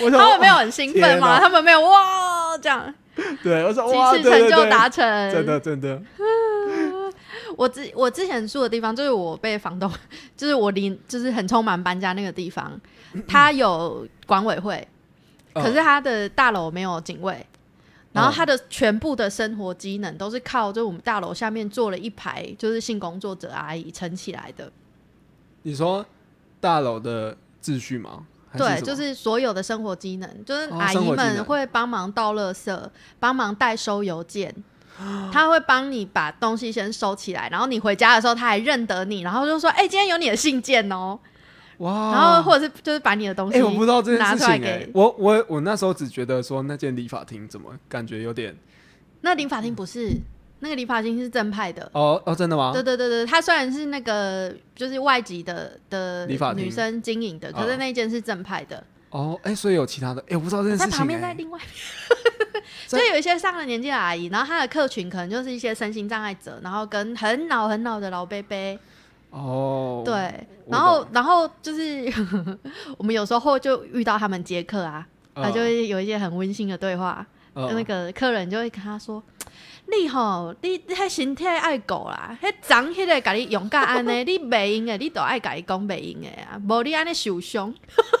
Speaker 2: 我想
Speaker 1: 他们没有
Speaker 2: 哇
Speaker 1: 很兴奋
Speaker 2: 天
Speaker 1: 吗？
Speaker 2: 哪
Speaker 1: 他们没有哇这样，
Speaker 2: (laughs) 对，我说哇，
Speaker 1: 几
Speaker 2: 对
Speaker 1: 次成
Speaker 2: 对
Speaker 1: 就
Speaker 2: 对，
Speaker 1: 达成，
Speaker 2: 真的真的，
Speaker 1: 我之我之前住的地方，就是我被房东，就是我离就是很匆忙搬家那个地方，它有管委会，
Speaker 2: 嗯
Speaker 1: 可是它的大楼没有警卫，然后
Speaker 2: 嗯
Speaker 1: 它的全部的生活机能都是靠就我们大楼下面坐了一排就是性工作者阿姨撑起来的，
Speaker 2: 你说大楼的秩序吗？还
Speaker 1: 对，
Speaker 2: 什么
Speaker 1: 就是所有的生活机能，就是
Speaker 2: 哦
Speaker 1: 阿
Speaker 2: 生
Speaker 1: 姨
Speaker 2: 活机
Speaker 1: 们
Speaker 2: 能
Speaker 1: 会帮忙倒垃圾，帮忙代收邮
Speaker 2: (gasps)
Speaker 1: 件，她会帮你把东西先收起来，然后你回家的时候，她还认得你，然后就说：“哎、今天有你的信件哦、
Speaker 2: 哇，
Speaker 1: 然后或者是就是把你的东
Speaker 2: 哎、
Speaker 1: 西，
Speaker 2: 我不知道这件
Speaker 1: 拿
Speaker 2: 事
Speaker 1: 出
Speaker 2: 情
Speaker 1: 来
Speaker 2: 哎、
Speaker 1: 给。
Speaker 2: 我我我那时候只觉得说那间理发厅怎么感觉有点
Speaker 1: 那理发厅不是，那个理发厅是正派的。
Speaker 2: 哦哦，真的吗？
Speaker 1: 对对对对，他虽然是那个就是外籍的的
Speaker 2: 理发厅
Speaker 1: 女生经营的，
Speaker 2: 哦
Speaker 1: 可是那间是正派的。
Speaker 2: 哦，哎、所以有其他的，哎、我不知道这件事
Speaker 1: 在
Speaker 2: 情、欸。
Speaker 1: 旁边在另外，就
Speaker 2: (laughs) 在
Speaker 1: 有一些上了年纪的阿姨，然后她的客群可能就是一些身心障碍者，然后跟很老很老的老伯伯。
Speaker 2: 哦，
Speaker 1: 对，
Speaker 2: 我
Speaker 1: 然后然后就是 (laughs) 我们有时候就遇到他们接客啊，
Speaker 2: 嗯
Speaker 1: 啊，就会有一些很温馨的对话。
Speaker 2: 嗯
Speaker 1: 那个客人就会跟他说：“你吼，你迄身体爱顾啦，迄长迄个甲你用甲安尼，你袂用的，你都爱甲伊讲袂用的啊，无你安尼受伤。” (laughs)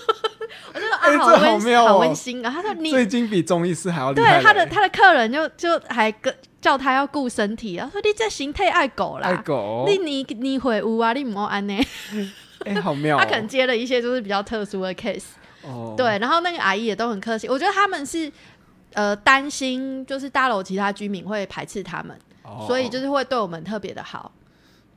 Speaker 1: 我就说
Speaker 2: 哎
Speaker 1: 啊，好
Speaker 2: 这好
Speaker 1: 温、
Speaker 2: 妙哦
Speaker 1: 好温馨啊！他说你
Speaker 2: 这已经比中医师还要厉害
Speaker 1: 对
Speaker 2: 了
Speaker 1: 他的
Speaker 2: 欸
Speaker 1: 他的客人就就还跟叫他要顾身体啊，说你这身体爱顾
Speaker 2: 爱
Speaker 1: 啦，
Speaker 2: 狗，哦
Speaker 1: 你你你会有啊，你唔好安尼。
Speaker 2: 哎、好妙、哦，
Speaker 1: (laughs) 他可能接了一些就是比较特殊的 case。
Speaker 2: 哦，
Speaker 1: 对，然后那个阿姨也都很客气，我觉得他们是呃担心就是大楼其他居民会排斥他们，
Speaker 2: 哦，
Speaker 1: 所以就是会对我们特别的好。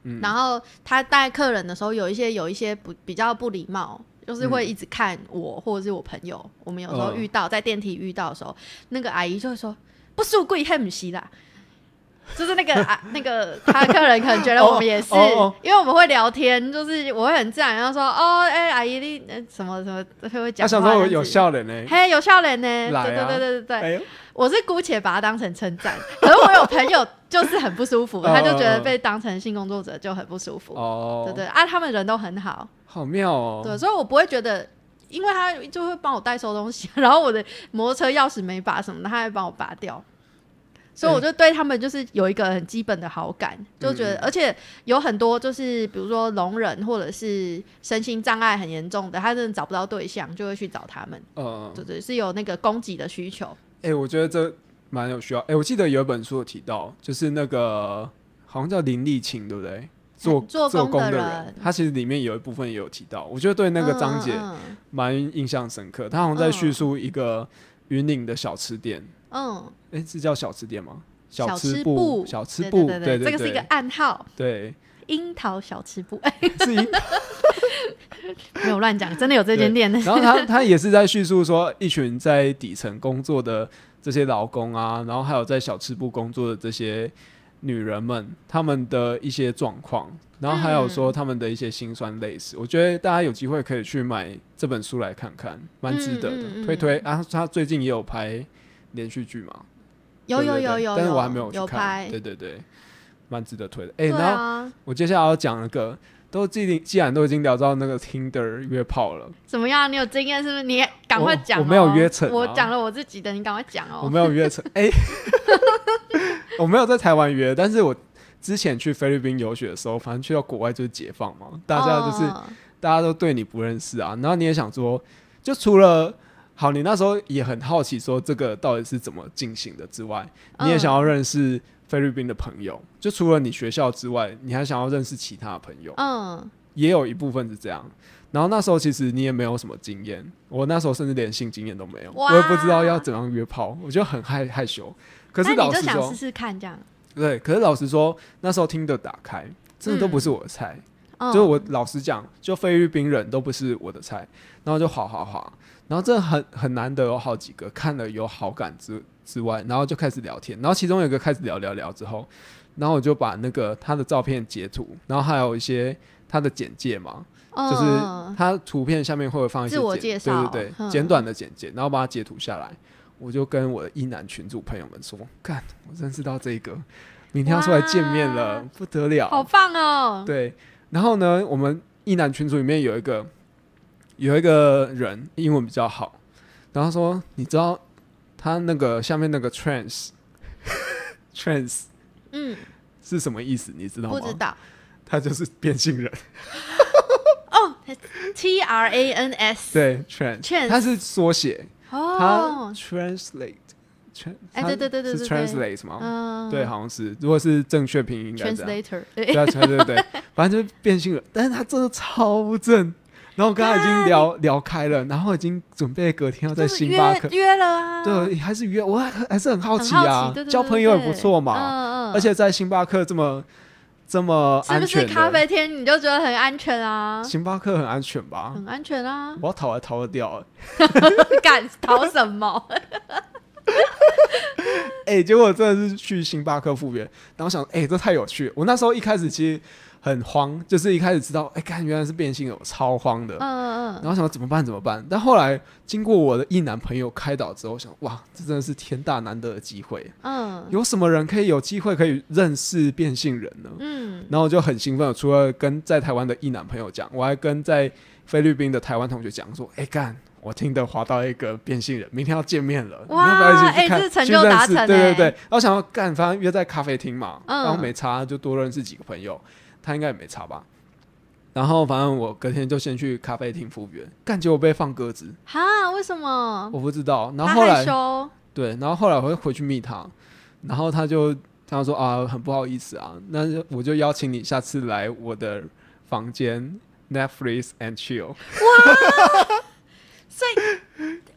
Speaker 2: 嗯
Speaker 1: 然后他带客人的时候，有一些有一些不比较不礼貌，就是会一直看我或者是我朋友。我们有时候
Speaker 2: 嗯
Speaker 1: 遇到、在电梯遇到的时候，那个阿姨就会说：“不是贵很不是啦，就是那个啊，那个
Speaker 2: (laughs)
Speaker 1: 他客人可能觉得我们也是，
Speaker 2: 哦哦哦
Speaker 1: 因为我们会聊天，就是我会很自然然后说，哦，哎、阿姨你呃什么什么会会讲
Speaker 2: 他
Speaker 1: 话，
Speaker 2: 想说我有
Speaker 1: 这样
Speaker 2: 笑脸呢
Speaker 1: 子，，嘿，有笑脸呢、
Speaker 2: 哎来啊
Speaker 1: 对对对对对对，
Speaker 2: 哎呦，
Speaker 1: 我是姑且把它当成称赞，可是我有朋友就是很不舒
Speaker 2: (laughs)
Speaker 1: 服，
Speaker 2: 哦
Speaker 1: 他就觉得被当成性工作者就很不舒服，对
Speaker 2: 哦，
Speaker 1: 对啊，他们人都很好，
Speaker 2: 好妙哦，
Speaker 1: 对，所以我不会觉得，因为他就会帮我代收东西，然后我的摩托车钥匙没拔什么的，他还帮我拔掉，所以我就对他们就是有一个很基本的好感，
Speaker 2: 嗯
Speaker 1: 就觉得，而且有很多就是比如说聋人或者是身心障碍很严重的，他真的找不到对象，就会去找他们，
Speaker 2: 嗯，
Speaker 1: 对对，是有那个供给的需求，
Speaker 2: 哎，我觉得这蛮有需要，哎，我记得有一本书有提到，就是那个好像叫林立琴，对不对？做
Speaker 1: 嗯做
Speaker 2: 做
Speaker 1: 工
Speaker 2: 工
Speaker 1: 的
Speaker 2: 人
Speaker 1: 人，
Speaker 2: 他其实里面有一部分也有提到，我觉得对那个
Speaker 1: 嗯
Speaker 2: 章节
Speaker 1: 嗯嗯
Speaker 2: 蛮印象深刻。他好像在叙述一个云岭的小吃店，
Speaker 1: 嗯，
Speaker 2: 哎、是叫小吃店吗？
Speaker 1: 小
Speaker 2: 吃
Speaker 1: 部，
Speaker 2: 小吃
Speaker 1: 对
Speaker 2: 部，
Speaker 1: 对
Speaker 2: 对
Speaker 1: 这个是一个暗号，
Speaker 2: 对，
Speaker 1: 樱桃小吃部， (laughs) 哎，
Speaker 2: 是一。
Speaker 1: 没有乱讲，真的有这间店的，
Speaker 2: (laughs) 然后他他也是在叙述说，一群在底层工作的这些劳工啊，然后还有在小吃部工作的这些女人们，她们的一些状况，然后还有说她们的一些辛酸泪史。我觉得大家有机会可以去买这本书来看看，蛮值得的，
Speaker 1: 嗯嗯嗯
Speaker 2: 推推啊！他最近也有拍连续剧嘛，
Speaker 1: 有
Speaker 2: 对
Speaker 1: (laughs) 有
Speaker 2: 对
Speaker 1: 有
Speaker 2: 对
Speaker 1: 有，
Speaker 2: 但是我还没有去
Speaker 1: 有
Speaker 2: 看，
Speaker 1: 拍，
Speaker 2: 对对对，蛮值得推的。
Speaker 1: 对
Speaker 2: 哎、然后
Speaker 1: 啊，
Speaker 2: 我接下来要讲那个，都既定既然都已经聊到那个 Tinder 约炮了，
Speaker 1: 怎么样？你有经验是不是？你赶快讲哦，
Speaker 2: 我没有约成啊
Speaker 1: 我讲了我自己的，你赶快讲
Speaker 2: 我
Speaker 1: 哦。
Speaker 2: 没有约成，哎、 (laughs) 我没有在台湾约，但是我之前去菲律宾游学的时候，反正去到国外就是解放嘛，大家就是、
Speaker 1: 嗯
Speaker 2: 大家都对你不认识啊，然后你也想说，就除了好，你那时候也很好奇说这个到底是怎么进行的之外，你也想要认识菲律宾的朋友，就除了你学校之外，你还想要认识其他的朋友。
Speaker 1: 嗯，
Speaker 2: 也有一部分是这样。然后那时候其实你也没有什么经验，我那时候甚至连性经验都没有，
Speaker 1: 哇
Speaker 2: 我也不知道要怎样约炮，我就很害害羞。可是
Speaker 1: 那
Speaker 2: 老
Speaker 1: 你就
Speaker 2: 实
Speaker 1: 想
Speaker 2: 说
Speaker 1: 试，试看这样，
Speaker 2: 对，可是老实说，那时候听的打开，真的都不是我的菜。
Speaker 1: 嗯
Speaker 2: 就是我老实讲，就菲律宾人都不是我的菜，然后就滑滑滑，然后真的很很难得有好几个看了有好感之之外，然后就开始聊天，然后其中有一个开始聊聊聊之后，然后我就把那个他的照片截图，然后还有一些他的简介嘛，就是
Speaker 1: 嗯
Speaker 2: 它图片下面会放一些
Speaker 1: 自我
Speaker 2: 简
Speaker 1: 介绍
Speaker 2: 对对对，
Speaker 1: 嗯
Speaker 2: 简短的简介，然后把它截图下来。我就跟我的一男群主朋友们说：“干，我认识到这一个，明天要出来见面了
Speaker 1: 哇，
Speaker 2: 不得了。”
Speaker 1: 好棒哦。
Speaker 2: 对，然后呢，我们一男群组里面有一个有一个人英文比较好，然后说你知道他那个下面那个 trans (laughs) trans
Speaker 1: 嗯，
Speaker 2: 是什么意思？你知道
Speaker 1: 不
Speaker 2: 吗？
Speaker 1: 知道
Speaker 2: 他就是变性人，
Speaker 1: 哦，T R A N S，
Speaker 2: 对 trans，
Speaker 1: Trans
Speaker 2: 他是缩写，他
Speaker 1: 哦，
Speaker 2: translate，trans，
Speaker 1: 哎
Speaker 2: 它
Speaker 1: 对对对对对
Speaker 2: 是
Speaker 1: 对
Speaker 2: translate 吗？
Speaker 1: 嗯，
Speaker 2: 对，好像是，如果是正确拼音应该这样。
Speaker 1: ，translator，哎
Speaker 2: 对啊，对
Speaker 1: (laughs)
Speaker 2: 对对，反正就是变性了，但是他真的超正。然后我跟他已经聊聊开了，然后已经准备隔天要在
Speaker 1: 就是
Speaker 2: 星巴
Speaker 1: 约
Speaker 2: 克，
Speaker 1: 约了啊，
Speaker 2: 对，还是约，我还还是很好
Speaker 1: 很
Speaker 2: 奇
Speaker 1: 好
Speaker 2: 啊
Speaker 1: 奇，对，对
Speaker 2: 交朋友也不错嘛，
Speaker 1: 嗯嗯，
Speaker 2: 而且在星巴克这么这么
Speaker 1: 是
Speaker 2: 安
Speaker 1: 不是
Speaker 2: 全
Speaker 1: 咖
Speaker 2: 的，
Speaker 1: 啡厅你就觉得很安全啊？
Speaker 2: 星巴克很安全吧？
Speaker 1: 很安全啊， (laughs)
Speaker 2: 我要逃还逃得掉、欸，
Speaker 1: 敢逃什么？
Speaker 2: (laughs) 哎、结果真的是去星巴克复原，然后想，哎、这太有趣了。我那时候一开始其实很慌，就是一开始知道，哎、看原来是变性的，我超慌的。
Speaker 1: 嗯嗯
Speaker 2: 然后想怎么办怎么办？但后来经过我的一男朋友开导之后，想哇，这真的是天大难得的机会。
Speaker 1: 嗯
Speaker 2: 有什么人可以有机会可以认识变性人呢？
Speaker 1: 嗯，
Speaker 2: 然后我就很兴奋，除了跟在台湾的一男朋友讲，我还跟在菲律宾的台湾同学讲说，哎干。我听的滑到一个变性人，明天要见面了，
Speaker 1: 哇
Speaker 2: 你要不要一起去看？
Speaker 1: 哎这成
Speaker 2: 去
Speaker 1: 就
Speaker 2: 认
Speaker 1: 达
Speaker 2: 识
Speaker 1: 成
Speaker 2: 对对
Speaker 1: 哎
Speaker 2: 对。然后想要干，反正约在咖啡厅嘛，
Speaker 1: 嗯
Speaker 2: 然后没差，就多认识几个朋友，他应该也没差吧。然后反正我隔天就先去咖啡厅服务员，干结果被放鸽子，
Speaker 1: 哈，为什么？
Speaker 2: 我不知道。
Speaker 1: 哦
Speaker 2: 然
Speaker 1: 他
Speaker 2: 后后
Speaker 1: 害
Speaker 2: 来
Speaker 1: 羞，
Speaker 2: 对，然后后来我会回去密他，然后他就他说啊，很不好意思啊，那就我就邀请你下次来我的房间 Netflix and chill。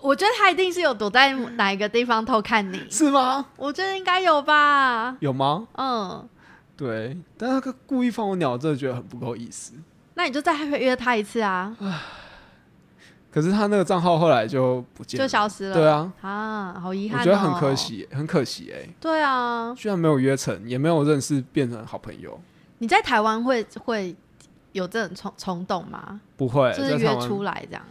Speaker 1: 我觉得他一定是有躲在哪一个地方偷看你，
Speaker 2: 是吗？
Speaker 1: 我觉得应该有吧。
Speaker 2: 有吗？
Speaker 1: 嗯，
Speaker 2: 对，但他故意放我鸟，真的觉得很不够意思。啊
Speaker 1: 那你就再约他一次啊。
Speaker 2: 可是他那个账号后来就不见
Speaker 1: 就
Speaker 2: 了，
Speaker 1: 消失了。
Speaker 2: 对啊，
Speaker 1: 啊，好遗
Speaker 2: 我
Speaker 1: 憾、哦，
Speaker 2: 觉得很可。惜，很可惜哎、
Speaker 1: 对啊，
Speaker 2: 居然没有约成，也没有认识变成好朋友，
Speaker 1: 你在台湾会会有这种冲冲动吗？
Speaker 2: 不会，
Speaker 1: 就是
Speaker 2: 在
Speaker 1: 约
Speaker 2: 台湾
Speaker 1: 出来这样，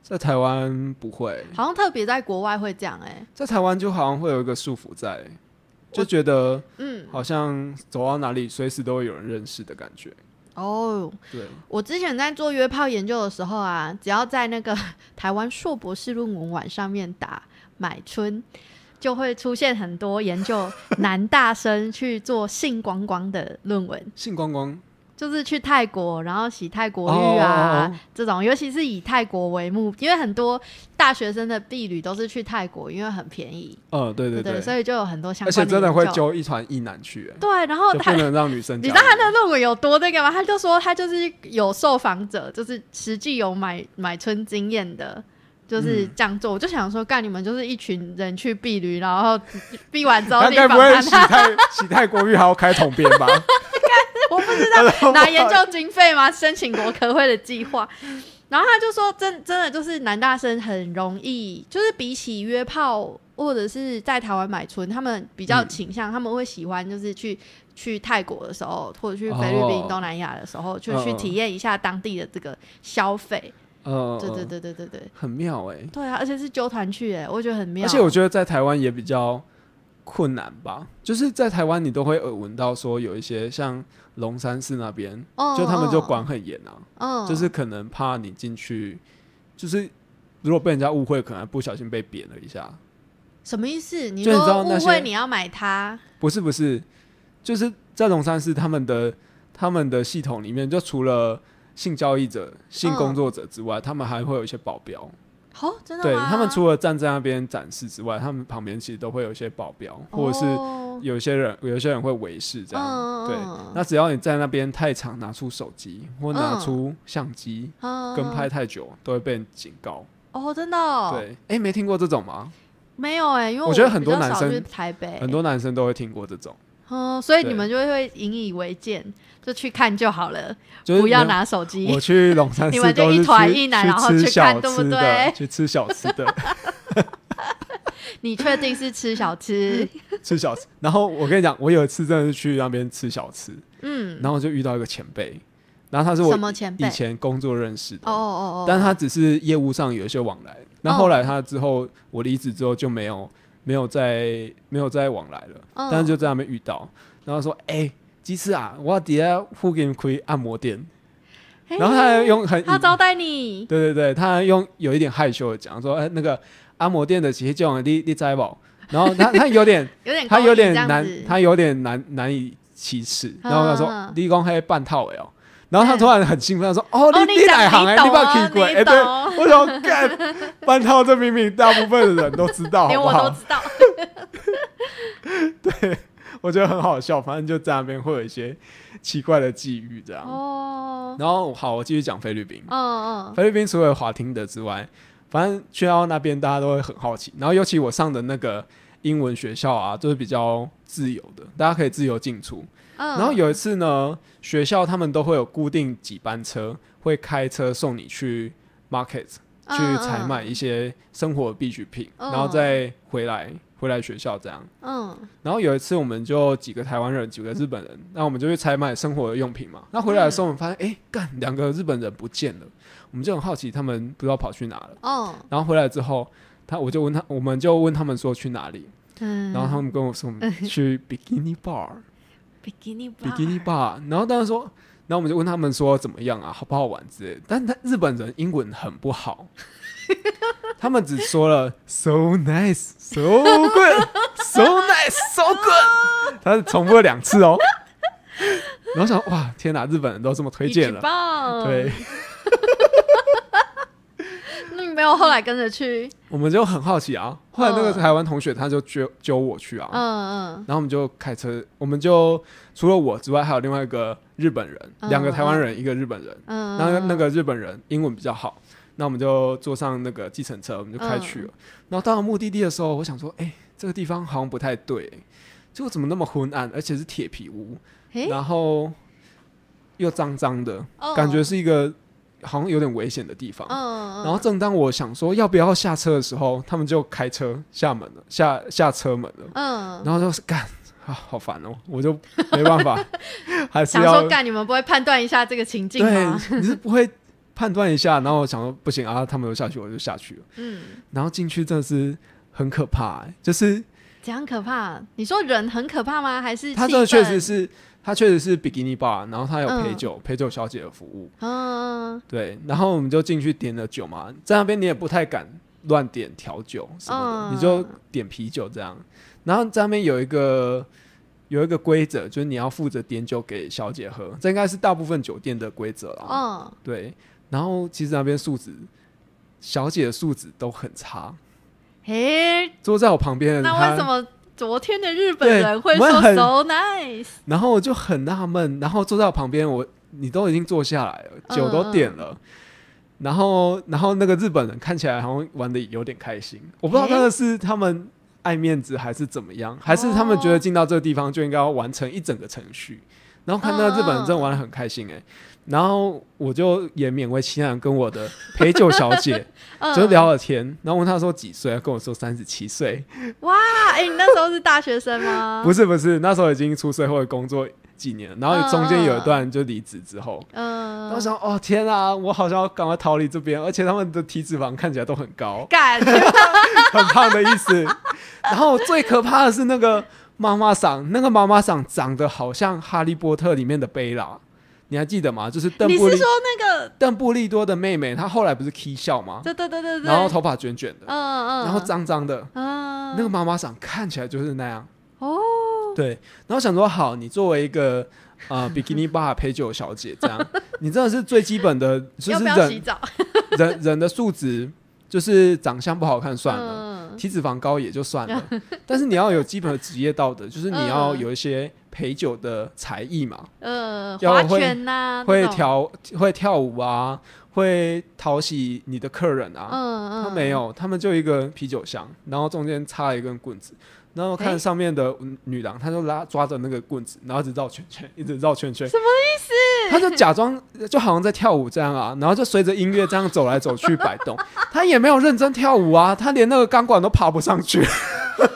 Speaker 2: 在台湾不会，
Speaker 1: 好像特别在国外会这样哎、
Speaker 2: 在台湾就好像会有一个束缚在，就
Speaker 1: 我
Speaker 2: 觉得
Speaker 1: 嗯，
Speaker 2: 好像走到哪里随时都会有人认识的感觉。
Speaker 1: 哦，
Speaker 2: 对，
Speaker 1: 我之前在做约炮研究的时候啊， (laughs) 只要在那个台湾硕博士论文网上面打“买春”，就会出现很多研究男大生去做性光光的论文， (laughs)
Speaker 2: 性光光
Speaker 1: 就是去泰国，然后洗泰国浴啊
Speaker 2: 哦哦哦
Speaker 1: 这种，尤其是以泰国为目，因为很多大学生的婢女都是去泰国，因为很便宜，
Speaker 2: 呃，对
Speaker 1: 对
Speaker 2: 对对，
Speaker 1: 所以就有很多相
Speaker 2: 而
Speaker 1: 关
Speaker 2: 且
Speaker 1: 的
Speaker 2: 真的会
Speaker 1: 研究
Speaker 2: 揪一团一男去、欸，
Speaker 1: 对，然后
Speaker 2: 就
Speaker 1: 他
Speaker 2: 不能让女生
Speaker 1: 你
Speaker 2: 加
Speaker 1: 知
Speaker 2: 入。
Speaker 1: 道他那论文有多那个吗？他就说他就是有受访者，就是实际有买买春经验的，
Speaker 2: 嗯
Speaker 1: 就是这样做。我就想说，干你们就是一群人去避驴，然后避完之后
Speaker 2: 他
Speaker 1: 你
Speaker 2: 该
Speaker 1: 访
Speaker 2: 不会
Speaker 1: 谈
Speaker 2: 洗
Speaker 1: 他，
Speaker 2: 泰 (laughs) 洗泰国浴还要开桶边
Speaker 1: (laughs)
Speaker 2: 吧？
Speaker 1: 我不知
Speaker 2: (laughs)
Speaker 1: 道拿研究经费吗？申请国科会的计划。然后他就说真真的就是男大生很容易，就是比起约炮或者是在台湾买春，他们比较
Speaker 2: 嗯
Speaker 1: 倾向，他们会喜欢就是去去泰国的时候，或者去菲律宾、
Speaker 2: 哦
Speaker 1: 东南亚的时候，就
Speaker 2: 嗯
Speaker 1: 去
Speaker 2: 嗯
Speaker 1: 体验一下当地的这个消费。
Speaker 2: 呃，
Speaker 1: 对对，对对对对，
Speaker 2: 很妙哎、
Speaker 1: 对啊，而且是纠团去，哎，我觉得很妙。
Speaker 2: 而且我觉得在台湾也比较困难吧，就是在台湾你都会耳闻到说有一些像龙山寺那边，
Speaker 1: 嗯
Speaker 2: 就他们就
Speaker 1: 嗯
Speaker 2: 管很严啊，
Speaker 1: 嗯，
Speaker 2: 就是可能怕你进去，就是如果被人家误会，可能不小心被扁了一下。
Speaker 1: 什么意思？你
Speaker 2: 就你知道
Speaker 1: 说
Speaker 2: 那
Speaker 1: 误
Speaker 2: 些
Speaker 1: 会你要买它，
Speaker 2: 不是不是，就是在龙山寺他们的他们的系统里面，就除了性交易者、性
Speaker 1: 嗯
Speaker 2: 工作者之外，他们还会有一些保镖。
Speaker 1: 哦，真的
Speaker 2: 对
Speaker 1: 吗？
Speaker 2: 他们除了站在那边展示之外，他们旁边其实都会有一些保镖，或者是
Speaker 1: 哦
Speaker 2: 有一些人有一些人会围视这样。
Speaker 1: 嗯嗯
Speaker 2: 对
Speaker 1: 嗯，
Speaker 2: 那只要你在那边太长拿出手机或拿出相机、
Speaker 1: 嗯
Speaker 2: 跟拍太久，都会被警告。
Speaker 1: 哦，真的、哦，，
Speaker 2: 对，哎、没听过这种吗？
Speaker 1: 没有哎、因为
Speaker 2: 我觉得很多
Speaker 1: 比较少
Speaker 2: 男生
Speaker 1: 去台北，
Speaker 2: 很，多男生都会听过这种，
Speaker 1: 嗯，所以
Speaker 2: 对
Speaker 1: 你们就会引以为戒，就去看就好了，
Speaker 2: 就是
Speaker 1: 不要
Speaker 2: 没有
Speaker 1: 拿手机
Speaker 2: 我。去龙山
Speaker 1: 你
Speaker 2: 寺
Speaker 1: 们就
Speaker 2: 都
Speaker 1: 一
Speaker 2: 是
Speaker 1: 团
Speaker 2: 去
Speaker 1: 一男
Speaker 2: 去
Speaker 1: 然后
Speaker 2: 吃
Speaker 1: 去
Speaker 2: 小
Speaker 1: 看对不
Speaker 2: 吃的
Speaker 1: 对
Speaker 2: (laughs) 去吃小吃
Speaker 1: (laughs)
Speaker 2: 的，
Speaker 1: (laughs) 你确定是吃小
Speaker 2: (laughs)
Speaker 1: 吃？
Speaker 2: 吃小吃。然后我跟你讲，我有一次真的是去那边吃小吃，
Speaker 1: 嗯，
Speaker 2: 然后就遇到一个前辈，然后他是我
Speaker 1: 什么前辈？
Speaker 2: 以
Speaker 1: 哦
Speaker 2: 前工作认识的，
Speaker 1: 哦哦哦，
Speaker 2: 但他只是业务上有一些往来。那后来他之后我离职之后就没有没有再没有再往来了，
Speaker 1: 嗯
Speaker 2: 但是就在那边遇到，然后说：“哎、鸡翅啊，我底下附近开按摩店。”
Speaker 1: 嘿
Speaker 2: 然后他还用很
Speaker 1: 哎他
Speaker 2: 隐
Speaker 1: 招待 (laughs) 你，
Speaker 2: 对对对，他用有一点害羞的讲说，哎、那个按摩店的其实这种你你摘吧，然后他他
Speaker 1: (laughs)
Speaker 2: 有点
Speaker 1: 有点
Speaker 2: 他有
Speaker 1: 勾引
Speaker 2: 点
Speaker 1: 这样
Speaker 2: 难
Speaker 1: 子，
Speaker 2: 他有点难难以启齿，然后他说、
Speaker 1: 嗯嗯嗯
Speaker 2: 你讲黑半套的哦，然后他突然很兴奋，他说哦
Speaker 1: 哦
Speaker 2: 你
Speaker 1: 你讲
Speaker 2: 哪行哎，
Speaker 1: 你懂哦
Speaker 2: 把听过
Speaker 1: 你
Speaker 2: 哎，对，
Speaker 1: 懂
Speaker 2: (laughs) 我想干半套这明明大部分的人都
Speaker 1: (laughs)
Speaker 2: 知道，好
Speaker 1: 连
Speaker 2: 不
Speaker 1: 我都
Speaker 2: 好？
Speaker 1: 知道。
Speaker 2: (laughs) 我觉得很好笑，反正就在那边会有一些奇怪的际遇这样。
Speaker 1: 哦，
Speaker 2: 然后好，我继续讲菲律宾。
Speaker 1: 嗯嗯，
Speaker 2: 菲律宾除了滑听的之外，反正去到那边大家都会很好奇。然后尤其我上的那个英文学校啊，就是比较自由的，大家可以自由进出。
Speaker 1: 嗯
Speaker 2: 然后有一次呢，学校他们都会有固定几班车会开车送你去 market 去采买，一些生活必需品，
Speaker 1: 嗯
Speaker 2: 然后再回来回来学校这样。
Speaker 1: 嗯嗯
Speaker 2: 然后有一次，我们就几个台湾人，几个日本人，那我们就去采买生活的用品嘛。那回来的时候，我们发现，哎、干，两个日本人不见了，我们就很好奇，他们不知道跑去哪了。
Speaker 1: 嗯
Speaker 2: 然后回来之后，他我就问他，我们就问他们说去哪里，
Speaker 1: 嗯，
Speaker 2: 然后他们跟我说我们去 Bikini Bar。
Speaker 1: 比基尼
Speaker 2: 比基尼吧，然后当时说，然后我们就问他们说怎么样啊，好不好玩之类的。但他日本人英文很不好，他们只说了 so nice, so good, so nice, so good，他是重复了两次哦。然后想说哇，天哪，日本人都这么推荐了，
Speaker 1: 棒，
Speaker 2: 对，，
Speaker 1: 那你没有后来跟着去，
Speaker 2: 我们就很好奇啊。后来那个
Speaker 1: 嗯
Speaker 2: 台湾同学他就揪揪我去啊，
Speaker 1: 嗯嗯
Speaker 2: 然后我们就开车，我们就除了我之外，还有另外一个日本人，
Speaker 1: 嗯
Speaker 2: 两个台湾人，一个日本人。
Speaker 1: 嗯，
Speaker 2: 那
Speaker 1: 嗯
Speaker 2: 那个日本人英文比较好，那我们就坐上那个计程车，我们就开去
Speaker 1: 嗯
Speaker 2: 了。然后到了目的地的时候，我想说，哎、这个地方好像不太对、结果怎么那么昏暗，而且是铁皮屋，
Speaker 1: 诶
Speaker 2: 然后又脏脏的，
Speaker 1: 哦
Speaker 2: 感觉是一个好像有点危险的地方。
Speaker 1: 嗯，
Speaker 2: 然后正当我想说要不要下车的时候，他们就开车下门了，下下车门了。
Speaker 1: 嗯，
Speaker 2: 然后就是干啊，好烦哦、我就没办
Speaker 1: (laughs)
Speaker 2: 法，还是
Speaker 1: 想
Speaker 2: 要
Speaker 1: 说干，你们不会判断一下这个情境吗？
Speaker 2: 对，你是不会判断一下。然后我想说不行啊，他们都下去，我就下去了。
Speaker 1: 嗯，
Speaker 2: 然后进去真的是很可怕、欸就是
Speaker 1: 怎样可怕？你说人很可怕吗？还是
Speaker 2: 他
Speaker 1: 气
Speaker 2: 真的确实
Speaker 1: 氛，
Speaker 2: 是，他确实是比基尼 bar，然后他有陪
Speaker 1: 嗯
Speaker 2: 酒、陪酒小姐的服务。
Speaker 1: 嗯
Speaker 2: 对，然后我们就进去点了酒嘛，在那边你也不太敢乱点调酒什
Speaker 1: 嗯
Speaker 2: 么的，你就点啤酒这样。然后在那边有一个有一个规则，就是你要负责点酒给小姐喝，这应该是大部分酒店的规则啦。
Speaker 1: 嗯，
Speaker 2: 对，然后其实那边素质，小姐的素质都很差。
Speaker 1: 诶，
Speaker 2: 坐在我旁边的
Speaker 1: 那
Speaker 2: 她
Speaker 1: 为什么昨天的日本人会
Speaker 2: 对我
Speaker 1: 说
Speaker 2: 们很
Speaker 1: so nice？
Speaker 2: 然后我就很纳闷，然后坐在我旁边，我你都已经坐下来了，
Speaker 1: 嗯
Speaker 2: 酒都点了，然后然后那个日本人看起来好像玩的有点开心，我不知道
Speaker 1: 诶
Speaker 2: 那个是他们爱面子还是怎么样，还是他们
Speaker 1: 哦
Speaker 2: 觉得进到这个地方就应该要完成一整个程序。然后看到日本人真
Speaker 1: 嗯
Speaker 2: 的玩的很开心哎、然后我就也勉为其难跟我的陪酒小姐
Speaker 1: 嗯，
Speaker 2: 就聊了天，然后问她说几岁，她跟我说三十七岁，
Speaker 1: 哇，啊诶，你那时候是大学生吗？
Speaker 2: 不是不是，那时候已经出社会工作几年了，然后中间有一段就离职之后，
Speaker 1: 嗯，，
Speaker 2: 当时想哦天啊，我好像要赶快逃离这边，而且他们的体脂肪看起来都很高 (laughs)
Speaker 1: 干，
Speaker 2: 很胖的意思。然后最可怕的是那个妈妈桑，那个妈妈桑长得好像《哈利波特》里面的贝拉，你还记得吗？就是邓
Speaker 1: 你
Speaker 2: 布
Speaker 1: 是
Speaker 2: 利
Speaker 1: 说那个？
Speaker 2: 邓布利多的妹妹，她后来不是 K 笑吗？
Speaker 1: 对对对对对，
Speaker 2: 然后头发卷卷的，
Speaker 1: 嗯嗯，
Speaker 2: 然后脏脏的，
Speaker 1: 嗯，
Speaker 2: 那个妈妈桑看起来就是那样。
Speaker 1: 哦， (laughs)
Speaker 2: 对，然后想说，好，你作为一个呃比基尼吧陪酒小姐，这样你真的是最基本的，就
Speaker 1: 要
Speaker 2: 是
Speaker 1: 不要洗
Speaker 2: 人
Speaker 1: 澡？
Speaker 2: 人人的素质，就是长相不好看算了，
Speaker 1: 了，
Speaker 2: 体脂肪高也就算
Speaker 1: (laughs)
Speaker 2: 了，但是你要有基本的职业道德，就是你要
Speaker 1: 嗯
Speaker 2: 有一些陪酒的才艺嘛，
Speaker 1: 呃，
Speaker 2: 要
Speaker 1: 划
Speaker 2: 会
Speaker 1: 拳呐，
Speaker 2: 会
Speaker 1: 这种，
Speaker 2: 跳会跳舞啊，会讨喜你的客人啊。
Speaker 1: 嗯嗯，
Speaker 2: 他没有，他们就一个啤酒箱，然后中间插了一根棍子，然后看
Speaker 1: 诶
Speaker 2: 上面的女郎，她就拉抓着那个棍子，然后一直绕圈圈，一直绕圈圈。
Speaker 1: 什
Speaker 2: 么意思？她就假装就好像在跳舞这样啊，然后就随着音乐这样走来走去摆动。她也没有认真跳舞啊，她连那个钢管都爬不上去，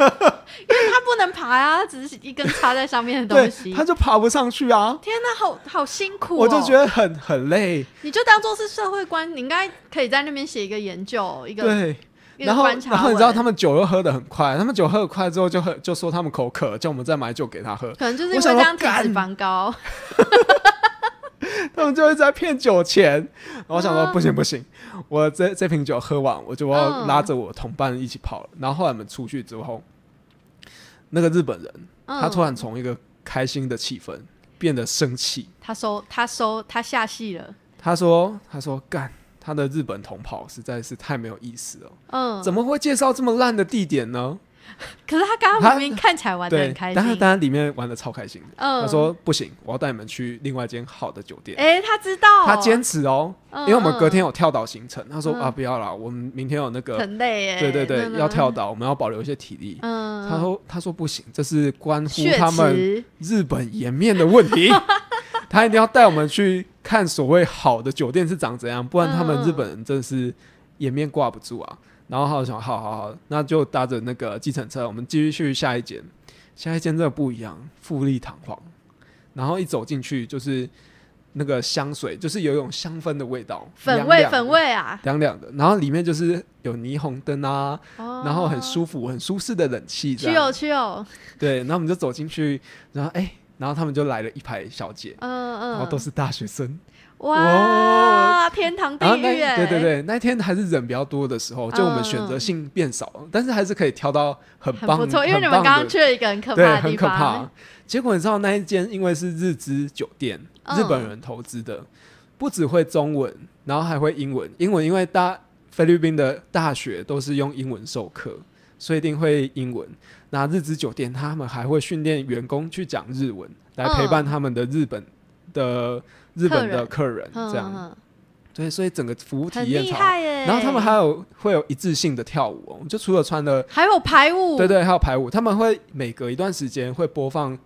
Speaker 1: 他不能爬啊，只是一根插在上面的东
Speaker 2: 对
Speaker 1: 西，。
Speaker 2: 她就爬不上去啊。
Speaker 1: 天哪，好好辛苦、哦！
Speaker 2: 我就觉，得很很累，
Speaker 1: 你就当做是社会观，你应该可以在那边写一个研究，一个
Speaker 2: 对。
Speaker 1: 一个
Speaker 2: 然后，
Speaker 1: 观察文。
Speaker 2: 然后你知道他们酒又喝得很快，他们酒喝得快之后就喝就说他们口渴，叫我们再买酒给他喝。
Speaker 1: 可能就是因
Speaker 2: 我
Speaker 1: 为
Speaker 2: 想
Speaker 1: 这
Speaker 2: 说
Speaker 1: 样体脂肪高，
Speaker 2: 他们就一直在骗酒钱。然后我想说，
Speaker 1: 啊
Speaker 2: 不行不行，我这这瓶酒喝完，我就要
Speaker 1: 嗯
Speaker 2: 拉着我同伴一起跑了。然后后来我们出去之后，那个日本人
Speaker 1: 嗯、
Speaker 2: 他突然从一个开心的气氛变得生气，
Speaker 1: 他收他收他下戏了，
Speaker 2: 他说：“他说干。”他的日本同袍实在是太没有意思了，
Speaker 1: 嗯，
Speaker 2: 怎么会介绍这么烂的地点呢？
Speaker 1: 可是他刚
Speaker 2: 他
Speaker 1: 刚明明看起来玩的
Speaker 2: 对，
Speaker 1: 很开
Speaker 2: 但是
Speaker 1: 心，
Speaker 2: 当然里面玩的超开心的。
Speaker 1: 嗯，
Speaker 2: 他说：“不行，我要带你们去另外一间好的酒店。”
Speaker 1: 哎、他知道哦、
Speaker 2: 他坚持哦，
Speaker 1: 嗯，
Speaker 2: 因为我们隔天
Speaker 1: 嗯
Speaker 2: 有跳岛行程，他说
Speaker 1: 嗯
Speaker 2: 啊不要啦，我们明天有那个，
Speaker 1: 很累耶，
Speaker 2: 对对对
Speaker 1: 真，的
Speaker 2: 要跳，岛，我们要保留一些体力。
Speaker 1: 嗯，
Speaker 2: 他说他说不行，这是关乎
Speaker 1: 血
Speaker 2: 他们
Speaker 1: 池，
Speaker 2: 日本颜面的问
Speaker 1: (laughs)
Speaker 2: 题，他一定要带我们去看所谓好的酒店是长怎样，不然他们
Speaker 1: 嗯嗯
Speaker 2: 日本人真的是颜面挂不住啊。然后他就想，好好好，那就搭着那个计程车，我们继续去下一间。下一间真的不一样，富丽堂皇。然后一走进去就是那个香水，就是有一种香氛的味道，
Speaker 1: 粉
Speaker 2: 凉
Speaker 1: 味
Speaker 2: 凉的
Speaker 1: 粉，味啊，
Speaker 2: 凉凉的。然后里面就是有霓虹灯啊，
Speaker 1: 哦
Speaker 2: 然后很舒服、很舒适的冷气这
Speaker 1: 去
Speaker 2: 样。
Speaker 1: 哦去哦，
Speaker 2: 对，然后我们就走进去，然后哎、然后他们就来了一排小姐，
Speaker 1: 嗯嗯，
Speaker 2: 然后都是大学生。哇
Speaker 1: 哇，天堂地
Speaker 2: 然后那
Speaker 1: 狱哎、
Speaker 2: 对对对，那一天还是人比较多的时候，就我们选择性变少了，但是还是可以挑到很
Speaker 1: 嗯很
Speaker 2: 棒、
Speaker 1: 不错，因为你们
Speaker 2: 很棒
Speaker 1: 刚
Speaker 2: 的
Speaker 1: 刚去了一个很可
Speaker 2: 对
Speaker 1: 怕的
Speaker 2: 很
Speaker 1: 地
Speaker 2: 可
Speaker 1: 方
Speaker 2: 怕，。结果你知道那一间因为是日资酒店，日本
Speaker 1: 嗯
Speaker 2: 人投资的，不只会中文，然后还会英文。英文因为大菲律宾的大学都是用英文授课，所以一定会英文。那日资酒店他们还会训练员工去讲日文，来陪伴
Speaker 1: 嗯
Speaker 2: 他们的日本的日本的客人
Speaker 1: 嗯
Speaker 2: 这样。
Speaker 1: 嗯
Speaker 2: 对，所以整个服务体
Speaker 1: 很
Speaker 2: 验
Speaker 1: 厉
Speaker 2: 超。
Speaker 1: 害耶。
Speaker 2: 然后他们还有会有一致性的跳舞、哦，就除了穿的
Speaker 1: 还有排舞，
Speaker 2: 对对，还有排舞，他们会每隔一段时间会播放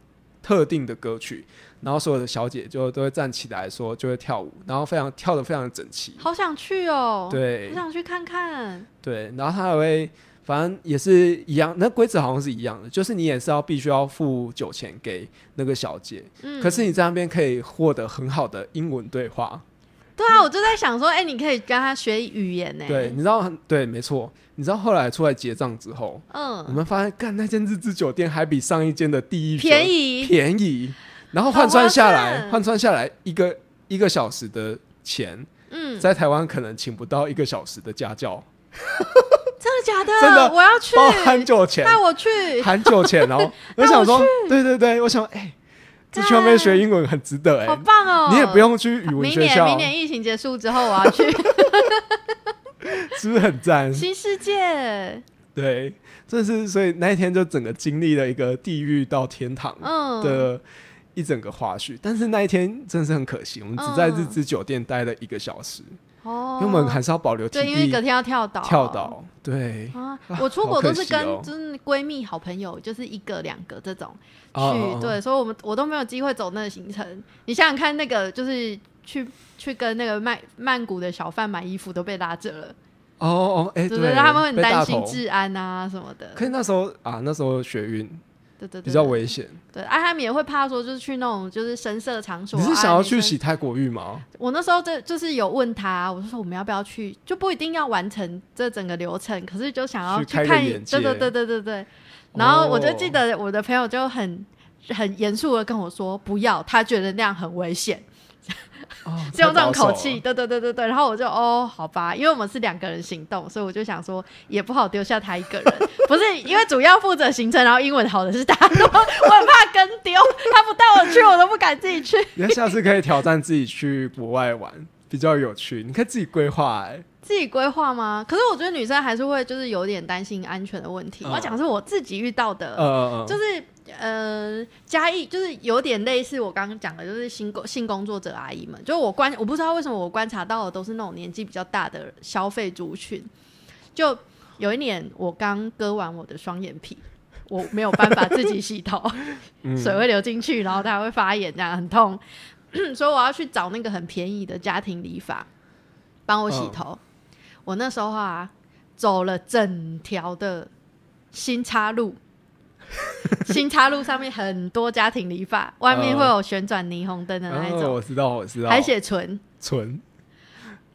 Speaker 2: 特定的歌曲，然后所有的小姐就都会站起来说，就会跳舞，然后非常跳的非常整齐。
Speaker 1: 好想去哦，，
Speaker 2: 对
Speaker 1: 好想去看看。
Speaker 2: 对，然后他还会，反正也是一样，那规则好像是一样的，就是你也是要必须要付酒钱给那个小姐，
Speaker 1: 嗯，
Speaker 2: 可是你在那边可以获得很好的英文对话。
Speaker 1: 对啊，我就在想说，哎、你可以跟他学语言呢、
Speaker 2: 对，你，知道，对，没错，你知道后来出来结账之后，我
Speaker 1: 嗯，
Speaker 2: 们发现，干那间日资酒店还比上一间的第一
Speaker 1: 便
Speaker 2: 宜
Speaker 1: 宜，
Speaker 2: 便宜，然后
Speaker 1: 好
Speaker 2: 换算
Speaker 1: 划
Speaker 2: 下来，
Speaker 1: 算
Speaker 2: 换算下来一个一个小时的钱，
Speaker 1: 嗯，
Speaker 2: 在台湾可能请不到一个小时的家教，
Speaker 1: 真的假的？
Speaker 2: 真的
Speaker 1: 我要去，
Speaker 2: 包含酒钱，
Speaker 1: 带我去。
Speaker 2: 含酒钱
Speaker 1: (laughs)
Speaker 2: 哦。我
Speaker 1: 带
Speaker 2: 想
Speaker 1: 我
Speaker 2: 说，对对对，我想，哎、这去外面学英文很值得哎、
Speaker 1: 好棒哦！
Speaker 2: 你也不用去语文
Speaker 1: 明
Speaker 2: 学
Speaker 1: 年
Speaker 2: 校
Speaker 1: 明，年疫情结束之后，我要去
Speaker 2: 是不是很赞？
Speaker 1: 新世
Speaker 2: (laughs)
Speaker 1: 界。
Speaker 2: 对，这是所以那一天就整个经历了一个地狱到天堂
Speaker 1: 嗯，
Speaker 2: 的一整个花絮。但是那一天真的是很可惜，我们只在日
Speaker 1: 嗯
Speaker 2: 资酒店待了一个小时，
Speaker 1: 哦
Speaker 2: 因，为我们还是要保留体
Speaker 1: 对，因为
Speaker 2: 力
Speaker 1: 隔天要跳岛，
Speaker 2: 跳岛。对，
Speaker 1: 啊
Speaker 2: 啊！
Speaker 1: 我出国都是
Speaker 2: (laughs) 好
Speaker 1: 跟
Speaker 2: 可惜哦
Speaker 1: 就是闺蜜、好朋友，就是一个两个这种去，
Speaker 2: 哦哦哦
Speaker 1: 对，所以我们我都没有机会走那个行程。你想想看，那个就是去去跟那个曼曼谷的小贩买衣服都被拉着了，
Speaker 2: 哦哦，哎、
Speaker 1: 对
Speaker 2: 对，
Speaker 1: 他们很
Speaker 2: 被
Speaker 1: 担
Speaker 2: 大
Speaker 1: 心
Speaker 2: 头
Speaker 1: 治安啊什么的。
Speaker 2: 可是那时候啊，那时候学运
Speaker 1: 对对对，
Speaker 2: 比较
Speaker 1: 对
Speaker 2: 危险。
Speaker 1: 对，啊，他们也会怕说，就是去那种就是神社场所、
Speaker 2: 你
Speaker 1: 啊。
Speaker 2: 是想要
Speaker 1: 女
Speaker 2: 去
Speaker 1: 生
Speaker 2: 洗泰国浴
Speaker 1: (laughs)
Speaker 2: 吗？
Speaker 1: 我那时候这就是有问他，我就说我们要不要去，就不一定要完成这整个流程，可是就想要
Speaker 2: 去
Speaker 1: 去
Speaker 2: 开个
Speaker 1: 看一，
Speaker 2: 眼
Speaker 1: 对对
Speaker 2: 界
Speaker 1: 对对对对。然后我就
Speaker 2: 哦
Speaker 1: 记得我的朋友就很很严肃的跟我说，不要，他觉得那样很危
Speaker 2: (laughs)
Speaker 1: 险，
Speaker 2: 哦，
Speaker 1: 是用这
Speaker 2: 太保
Speaker 1: 种
Speaker 2: 守
Speaker 1: 口
Speaker 2: 了
Speaker 1: 气，。对对对对对。然后我就哦，好吧，因为我们是两个人行动，所以我就想说也不好丢下他一个人，不是因为主要负责行程，然后英文好的是他， (laughs) 我很怕跟丢，他不带我去，我都不敢自己去。
Speaker 2: 你下次可以挑战自己去国外玩，比较有趣。你可以自己规划、哎，
Speaker 1: 自己规划吗？可是我觉得女生还是会就是有点担心安全的问题。
Speaker 2: 嗯
Speaker 1: 我要讲是我自己遇到的，
Speaker 2: 呃，
Speaker 1: 就是呃，嘉义就是有点类似我刚刚讲的，就是性工性工作者阿姨们，就我观我不知道为什么我观察到的都是那种年纪比较大的消费族群。就有一年我刚割完我的双眼皮，我没有办法自己洗头，
Speaker 2: 嗯
Speaker 1: 水会流进去，然后它会发炎，这样很痛。 (clears throat) 所以我要去找那个很便宜的家庭理发，帮我洗头。我那时候啊，走了整条的新叉路， (laughs) 新叉路上面很多家庭理发，外面会有旋转霓虹灯的那一
Speaker 2: 啊
Speaker 1: 种，
Speaker 2: 哦我知道，我知道，
Speaker 1: 还写唇。
Speaker 2: 存。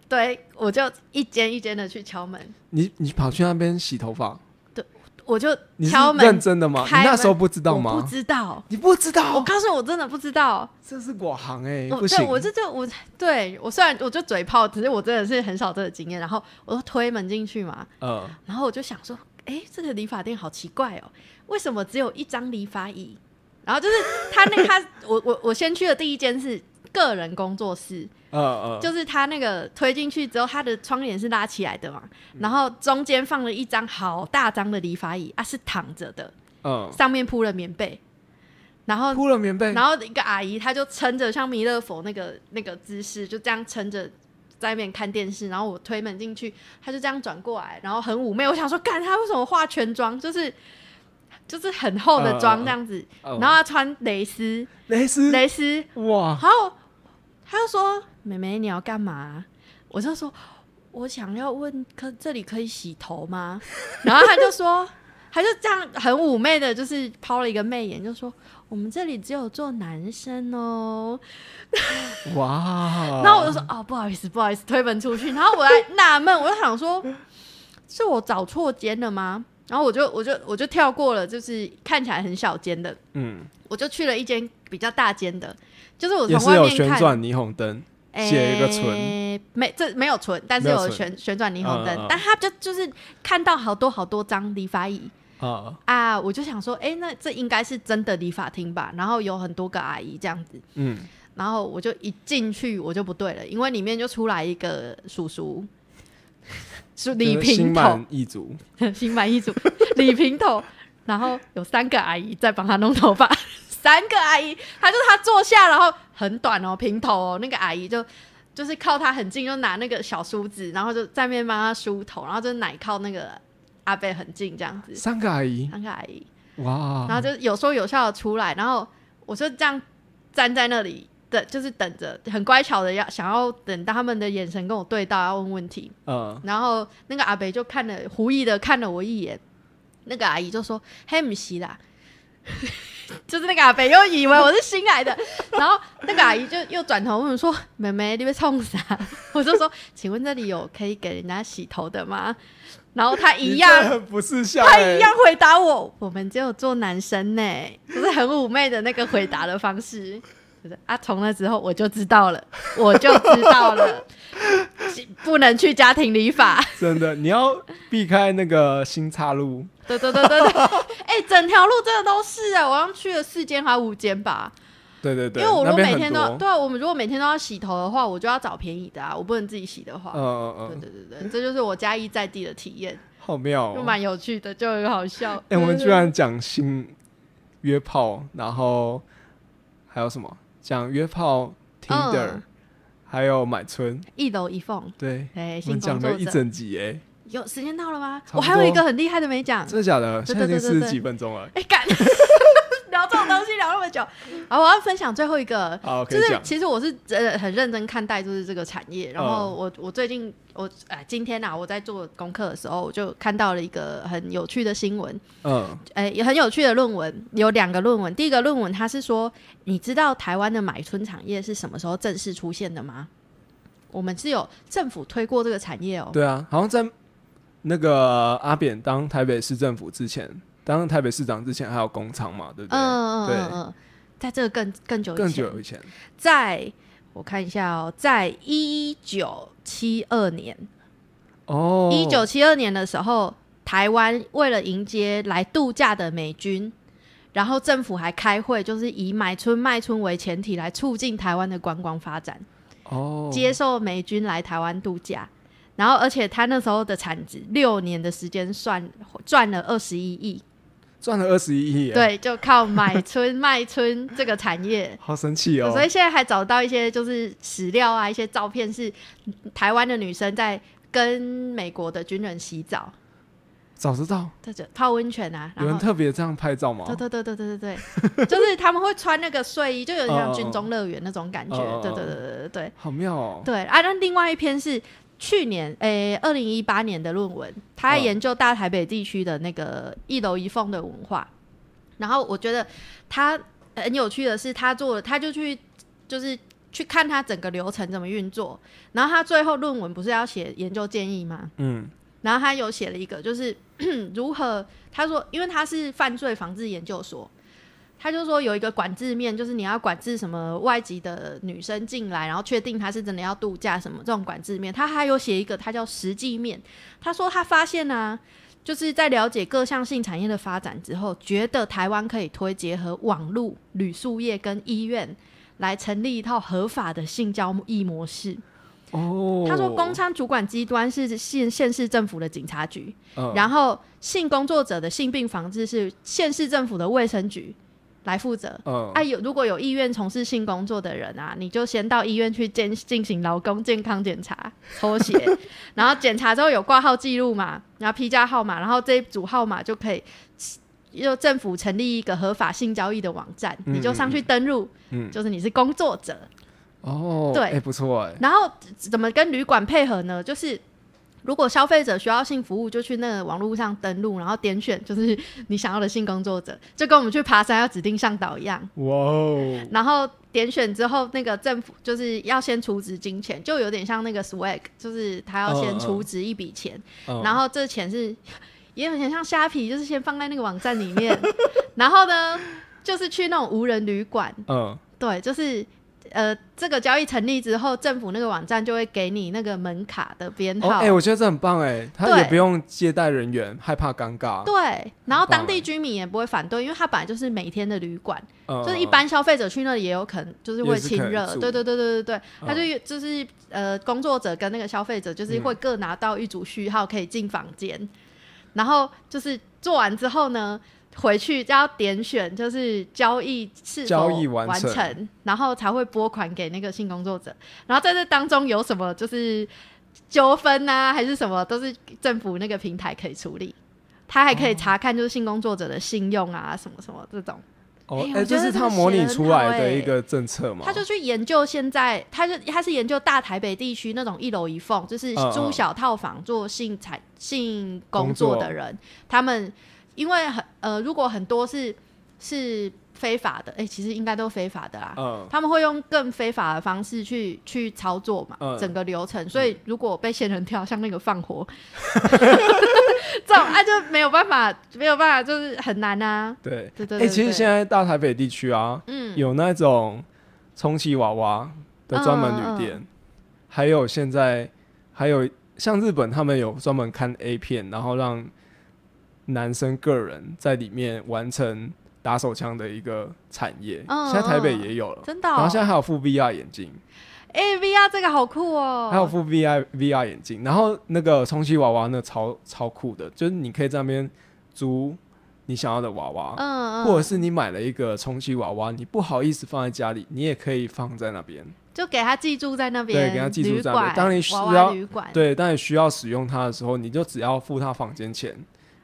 Speaker 1: 对，我就一间一间的去敲门，
Speaker 2: 你你跑去那边洗头发，
Speaker 1: 我就
Speaker 2: 你是
Speaker 1: 敲门，
Speaker 2: 认真的吗？你
Speaker 1: 开门
Speaker 2: 那时候不知
Speaker 1: 知
Speaker 2: 道
Speaker 1: 我
Speaker 2: 吗？
Speaker 1: 不知道，
Speaker 2: 你不知
Speaker 1: 我
Speaker 2: 道，
Speaker 1: 告诉你我真的不知道。
Speaker 2: 这是我行哎、
Speaker 1: 我
Speaker 2: 不
Speaker 1: 对
Speaker 2: 行，
Speaker 1: 我这就我对我虽然我就嘴炮，只是我真的是很少这个经验。然后我就推门进去嘛，
Speaker 2: 呃，
Speaker 1: 然后我就想说，哎，这个理发店好奇怪哦，为什么只有一张理发椅？然后就是他那他我我我先去的第一间是个人工作室，
Speaker 2: 呃呃，
Speaker 1: 就是他那个推进去之后，他的窗帘是拉起来的嘛，然后中间放了一张好大张的理发椅啊，是躺着的，
Speaker 2: 嗯，
Speaker 1: 上面铺了棉被，然后
Speaker 2: 铺了棉被，
Speaker 1: 然后一个阿姨，她就撑着像弥勒佛那个那个姿势，就这样撑着在那边看电视。然后我推门进去，她就这样转过来，然后很妩媚。我想说，干她为什么化全妆？就是就是很厚的
Speaker 2: 嗯嗯
Speaker 1: 妆
Speaker 2: 嗯
Speaker 1: 这样子，
Speaker 2: 嗯
Speaker 1: 然后她穿蕾丝，
Speaker 2: 蕾丝，
Speaker 1: 蕾丝。
Speaker 2: 哇，
Speaker 1: 然后她就说：“妹妹，你要干嘛？”我就说：“我想要问，可这里可以洗头吗？” (laughs) 然后她就说。她就这样很妩媚的，就是抛了一个媚眼，就说：“我们这里只有做男生哦。”
Speaker 2: 哇，啊
Speaker 1: 然后我就说哦，不好意思，不好意思，推门出去。然后我还纳闷，我就想说，是我找错间了吗？然后我就我就我就跳过了，就是看起来很小间的，
Speaker 2: 嗯，
Speaker 1: 我就去了一间比较大间的，就是我
Speaker 2: 也
Speaker 1: 从
Speaker 2: 是
Speaker 1: 外
Speaker 2: 有
Speaker 1: 面
Speaker 2: 旋
Speaker 1: 看，
Speaker 2: 转霓虹灯，写一个唇
Speaker 1: 诶没这没有唇，但是
Speaker 2: 没有
Speaker 1: 有
Speaker 2: 唇
Speaker 1: 旋旋转霓虹灯，
Speaker 2: 嗯嗯嗯
Speaker 1: 但他就就是看到好多好多张理发椅，
Speaker 2: 啊，
Speaker 1: 啊，我就想说，哎、那这应该是真的理发厅吧？然后有很多个阿姨这样子，
Speaker 2: 嗯，
Speaker 1: 然后我就一进去我就不对了，因为里面就出来一个叔
Speaker 2: (laughs)
Speaker 1: 叔，是
Speaker 2: 就是
Speaker 1: 李平
Speaker 2: 心
Speaker 1: 头
Speaker 2: 满，意足，
Speaker 1: (laughs) 新满一组李平头，然后有三个阿姨在帮他弄头发， (laughs) 三个阿姨，他就他坐下，然后很短哦，平头哦，那个阿姨就。就是靠他很近，就拿那个小梳子，然后就在面帮他梳头，然后就奶靠那个阿贝很近这样子，
Speaker 2: 三个阿姨，
Speaker 1: 三个阿姨，
Speaker 2: 哇，
Speaker 1: 然后就有说有笑的出来，然后我就这样站在那里等，就是等着，很乖巧的要想要等到他们的眼神跟我对到，要问问题。
Speaker 2: 嗯，
Speaker 1: 然后那个阿北就看了，狐疑的看了我一眼，那个阿姨就说：“嘿，不是啦。” (laughs) 就是那个阿北又以为我是新来的， (laughs) 然后那个阿姨就又转头问我说：“妹妹，你被冲啥？” (laughs) 我就说：“请问这里有可以给人家洗头的吗？”然后她一样
Speaker 2: 你这不是像、
Speaker 1: 他
Speaker 2: 欸、
Speaker 1: 一样回答我，我们只有做男生呢，就是很妩媚的那个回答的方式。就是啊，从那之后我就知道了，我就知道了， (laughs) 不能去家庭理发。
Speaker 2: 真的，你要避开那个新岔路。
Speaker 1: 对对对对对，哎、整条路真的都是啊！我好像去了四间还五间吧，
Speaker 2: 对对
Speaker 1: 因
Speaker 2: 对，
Speaker 1: 为我如
Speaker 2: 那
Speaker 1: 果
Speaker 2: 边
Speaker 1: 每
Speaker 2: 很
Speaker 1: 天都
Speaker 2: 多
Speaker 1: 要，对啊，我们如果每天都要洗头的话，我就要找便宜的啊，我不能自己洗的话。
Speaker 2: 嗯嗯
Speaker 1: 对
Speaker 2: 嗯，
Speaker 1: 对对对，这就是我嘉义在地的体验，
Speaker 2: 好妙、
Speaker 1: 就
Speaker 2: 哦。
Speaker 1: 蛮有趣的，就很好笑。
Speaker 2: 哎、我们
Speaker 1: 对
Speaker 2: 居然讲新约炮，然后还有什么？讲约炮、Tinder，、还
Speaker 1: 嗯
Speaker 2: 有买春，
Speaker 1: 一楼一缝，
Speaker 2: 对，
Speaker 1: 哎，
Speaker 2: 我
Speaker 1: 新
Speaker 2: 们讲
Speaker 1: 工作
Speaker 2: 了
Speaker 1: 者
Speaker 2: 一整集、哎。
Speaker 1: 有时间到了吗？
Speaker 2: 差不
Speaker 1: 我
Speaker 2: 多
Speaker 1: 还有一个很厉害的没讲。
Speaker 2: 真的假的？
Speaker 1: 嗯对
Speaker 2: 现
Speaker 1: 对
Speaker 2: 在已经
Speaker 1: 对对
Speaker 2: 四
Speaker 1: 对
Speaker 2: 十几分钟了。
Speaker 1: 哎，干聊这种东西聊那么久，好，我要分享最后一个。
Speaker 2: 好，可
Speaker 1: 就
Speaker 2: 以
Speaker 1: 是
Speaker 2: 讲。
Speaker 1: 其实我是真的很认真看待就是这个产业，然后
Speaker 2: 嗯
Speaker 1: 我我最近我哎、今天啊我在做功课的时候，我就看到了一个很有趣的新闻，
Speaker 2: 嗯，
Speaker 1: 哎、也很有趣的论文，有两个论文。第一个论文它是说，你知道台湾的买春产业是什么时候正式出现的吗？我们是有政府推过这个产业哦，
Speaker 2: 对啊，好像在那个阿扁当台北市政府之前，当台北市长之前，还有工厂嘛，对不
Speaker 1: 嗯
Speaker 2: 对？
Speaker 1: 嗯
Speaker 2: 对
Speaker 1: 嗯嗯，在这个更更久以前，
Speaker 2: 更久以前，
Speaker 1: 在我看一下哦，在一九七二年，
Speaker 2: 哦，
Speaker 1: 一九七二年的时候，台湾为了迎接来度假的美军，然后政府还开会，就是以买春卖春为前提来促进台湾的观光发展，
Speaker 2: 哦，
Speaker 1: 接受美军来台湾度假。然后，而且他那时候的产值六年的时间算赚了二十一亿，
Speaker 2: 赚了二十一亿，，
Speaker 1: 对，就靠买春卖春这个产业，
Speaker 2: (laughs) 好神奇哦
Speaker 1: 所。以现在还找到一些就是史料啊，一些照片是台湾的女生在跟美国的军人洗澡，
Speaker 2: 早知道
Speaker 1: 这就泡温泉啊，
Speaker 2: 有
Speaker 1: 然
Speaker 2: 人
Speaker 1: 后。
Speaker 2: 特别这样拍照吗？
Speaker 1: 对对对对对对对， (laughs) 就是他们会穿那个睡衣，就有点像军中乐园那种感觉。
Speaker 2: 哦哦哦哦
Speaker 1: 对对对对对对
Speaker 2: 好妙哦。
Speaker 1: 对啊！那另外一篇是去年诶二零一八年的论文，他在
Speaker 2: 嗯
Speaker 1: 研究大台北地区的那个一楼一凤的文化。然后我觉得他很有趣的是，他做了，他就去就是去看他整个流程怎么运作。然后他最后论文不是要写研究建议吗？
Speaker 2: 嗯，
Speaker 1: 然后他有写了一个，就是 (clears throat) 如何他说，因为他是犯罪防治研究所，他就说有一个管制面，就是你要管制什么外籍的女生进来，然后确定她是真的要度假什么这种管制面。他还有写一个，他叫实际面，他说他发现呢、就是在了解各项性产业的发展之后，觉得台湾可以推结合网络、旅宿业跟医院。来成立一套合法的性交易模式。
Speaker 2: 哦，
Speaker 1: 他说，工商主管机关是县县市政府的警察局，
Speaker 2: 嗯，
Speaker 1: 然后性工作者的性病防治是县市政府的卫生局来负责。
Speaker 2: 嗯，
Speaker 1: 啊，有如果有意愿从事性工作的人啊，你就先到医院去健进行劳工健康检查、抽血，
Speaker 2: (laughs)
Speaker 1: 然后检查之后有挂号记录嘛，然后批假号码，然后这一组号码就可以。由政府成立一个合法性交易的网站，你就上去登录，
Speaker 2: 嗯
Speaker 1: 就是你是工作者，
Speaker 2: 哦，
Speaker 1: 对
Speaker 2: 哎，不错哎，
Speaker 1: 然后怎么跟旅馆配合呢？就是如果消费者需要性服务，就去那个网络上登录，然后点选就是你想要的性工作者，就跟我们去爬山要指定向导一样。
Speaker 2: 哇哦，
Speaker 1: 然后点选之后，那个政府就是要先储值金钱，就有点像那个 swag，就是他要
Speaker 2: 嗯
Speaker 1: 先
Speaker 2: 嗯
Speaker 1: 储值一笔钱，
Speaker 2: 嗯
Speaker 1: 然后这钱是也很像虾皮，就是先放在那个网站里面， (laughs) 然后呢，就是去那种无人旅馆，
Speaker 2: 嗯，
Speaker 1: 对，就是呃，这个交易成立之后，政府那个网站就会给你那个门卡的编
Speaker 2: 哦，
Speaker 1: 号。
Speaker 2: 哎，我觉得这很棒哎，他
Speaker 1: 对
Speaker 2: 也不用接待人员，害怕尴尬，
Speaker 1: 对，然后
Speaker 2: 很棒
Speaker 1: 当地
Speaker 2: 欸
Speaker 1: 居民也不会反对，因为它本来就是每天的旅馆，
Speaker 2: 嗯
Speaker 1: 就是一般消费者去那里也有可能就是会
Speaker 2: 也是可以
Speaker 1: 亲热，
Speaker 2: 住
Speaker 1: 对对对对对对，他就
Speaker 2: 嗯
Speaker 1: 有就是呃工作者跟那个消费者就是会各拿到一组序号可以进房间，然后就是做完之后呢，回去就要点选就是交易是否
Speaker 2: 交易完
Speaker 1: 完
Speaker 2: 成
Speaker 1: 然后才会拨款给那个性工作者，然后在这当中有什么就是纠纷啊还是什么都是政府那个
Speaker 2: 哦
Speaker 1: 平台可以处理。他还可以查看，就是性工作者的信用啊，什么什么这种。
Speaker 3: 哦，
Speaker 1: 哎
Speaker 3: 哎、
Speaker 1: 我觉
Speaker 2: 这
Speaker 1: 得
Speaker 2: 是
Speaker 1: 这
Speaker 2: 他
Speaker 1: 个
Speaker 2: 模
Speaker 1: 写
Speaker 2: 拟
Speaker 1: 得
Speaker 2: 出
Speaker 1: 很好
Speaker 2: 来的
Speaker 1: 哎
Speaker 2: 一个政策嘛？
Speaker 1: 他就去研究现在，他就他是研究大台北地区那种一楼一缝，就是
Speaker 2: 嗯嗯
Speaker 1: 租小套房做性产性工作的人，他们因为很呃，如果很多是是非法的，哎、其实应该都非法的啦。
Speaker 2: 嗯，
Speaker 1: 他们会用更非法的方式去去操作嘛，
Speaker 2: 嗯
Speaker 1: 整个流程。所以如果被仙人跳，像那个放火，
Speaker 2: (laughs)
Speaker 1: 这种啊就没有办法，没有办法，就是很难啊。
Speaker 2: 对。
Speaker 1: 对对
Speaker 2: 哎、
Speaker 1: 对
Speaker 2: 其实
Speaker 1: 对
Speaker 2: 现在大台北地区啊，
Speaker 1: 嗯，
Speaker 2: 有那种充气娃娃的专
Speaker 1: 嗯
Speaker 2: 门旅店，还有现在还有像日本，他们有专门看 A 片，然后让男生个人在里面完成打手枪的一个产业。
Speaker 1: 嗯
Speaker 2: 现在台北
Speaker 1: 嗯
Speaker 2: 也有了，
Speaker 1: 真的、
Speaker 2: 然
Speaker 1: 哦
Speaker 2: 后。现在还有副 VR 眼镜，
Speaker 1: 哎、v r 这个好酷哦，
Speaker 2: 还有副 VR VR 眼镜，然后那个充气娃娃那超超酷的，就是你可以在那边租你想要的娃娃，
Speaker 1: 嗯，嗯
Speaker 2: 啊或者是你买了一个充气娃娃，你不好意思放在家里，你也可以放在那边。
Speaker 1: 就给他寄住在那边，
Speaker 2: 对给他寄住在那边
Speaker 1: 旅馆
Speaker 2: 当你需
Speaker 1: 娃
Speaker 2: 要
Speaker 1: 娃旅馆
Speaker 2: 对，当你需要使用它的时候，你就只要付他房间钱，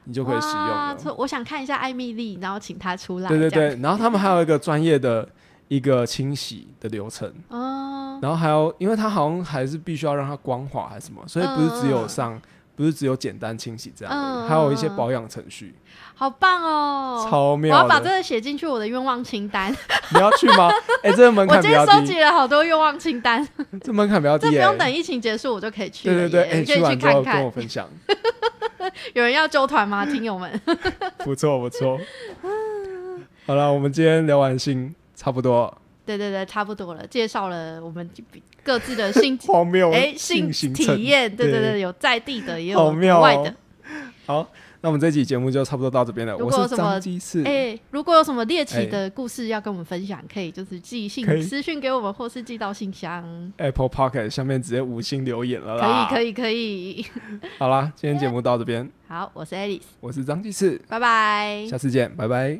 Speaker 2: 你就可以使用
Speaker 1: 哇
Speaker 2: 了。
Speaker 1: 所以我想看一下艾米丽，然后请她出来，
Speaker 2: 对对
Speaker 1: 这样，
Speaker 2: 对，然后他们还有一个专业的一个清洗的流程，
Speaker 1: 哦，
Speaker 2: 然后还有，因为它好像还是必须要让它光滑还是什么，所以不是只有上，不是只有简单清洗这样而已，
Speaker 1: 嗯
Speaker 2: 还有一些保养程序，
Speaker 1: 好棒哦，
Speaker 2: 超
Speaker 1: 我要
Speaker 2: 妙
Speaker 1: 把这
Speaker 2: 的。
Speaker 1: 个写进去我的愿望清单，
Speaker 2: 你要去
Speaker 1: (laughs)
Speaker 2: 吗？哎，这个门
Speaker 1: 我
Speaker 2: 槛
Speaker 1: 今
Speaker 2: 比
Speaker 1: 天
Speaker 2: 较
Speaker 1: 收
Speaker 2: 低，
Speaker 1: 集了好多愿望清
Speaker 2: (laughs)
Speaker 1: 单，
Speaker 2: 这门槛比较
Speaker 1: 这不
Speaker 2: 低。
Speaker 1: 用
Speaker 2: 哎，
Speaker 1: 等疫情结束我就可以去
Speaker 2: 对
Speaker 1: 了
Speaker 2: 对
Speaker 1: 耶，
Speaker 2: 对，哎，
Speaker 1: 你可以
Speaker 2: 去完之
Speaker 1: 看
Speaker 2: 后跟
Speaker 1: 看
Speaker 2: 我，分享，
Speaker 1: 有人要揪团
Speaker 2: (laughs)
Speaker 1: 吗？听友们，
Speaker 2: 不错不错。好了，我们今天聊完性差不多，
Speaker 1: 对对对，差不多了，介绍了我们各自的
Speaker 2: (laughs)
Speaker 1: 性
Speaker 2: 荒谬
Speaker 1: 哎
Speaker 2: 性行程
Speaker 1: 体验，对对
Speaker 2: 对
Speaker 1: 对，有在地的也
Speaker 2: 好
Speaker 1: 有
Speaker 2: 妙
Speaker 1: 国外
Speaker 2: 哦
Speaker 1: 的。
Speaker 2: 好，那我们这期节目就差不多到这边了。
Speaker 1: 如
Speaker 2: 我
Speaker 1: 果有
Speaker 2: 是
Speaker 1: 什么
Speaker 2: 张鸡翅，
Speaker 1: 哎、如果有什么猎奇的故事要跟我们分享，可以就是寄信
Speaker 2: 可以
Speaker 1: 私讯给我们，或是寄到信箱。
Speaker 2: Apple Pocket 下面直接五星留言了
Speaker 1: 可以，
Speaker 2: 啦。
Speaker 1: 可
Speaker 2: 以。
Speaker 1: 以，可以。
Speaker 2: 好啦，今天节目到这边，
Speaker 1: 好，我是 Alice，
Speaker 2: 我是张鸡翅，
Speaker 1: 拜拜。
Speaker 2: 下次见，拜拜。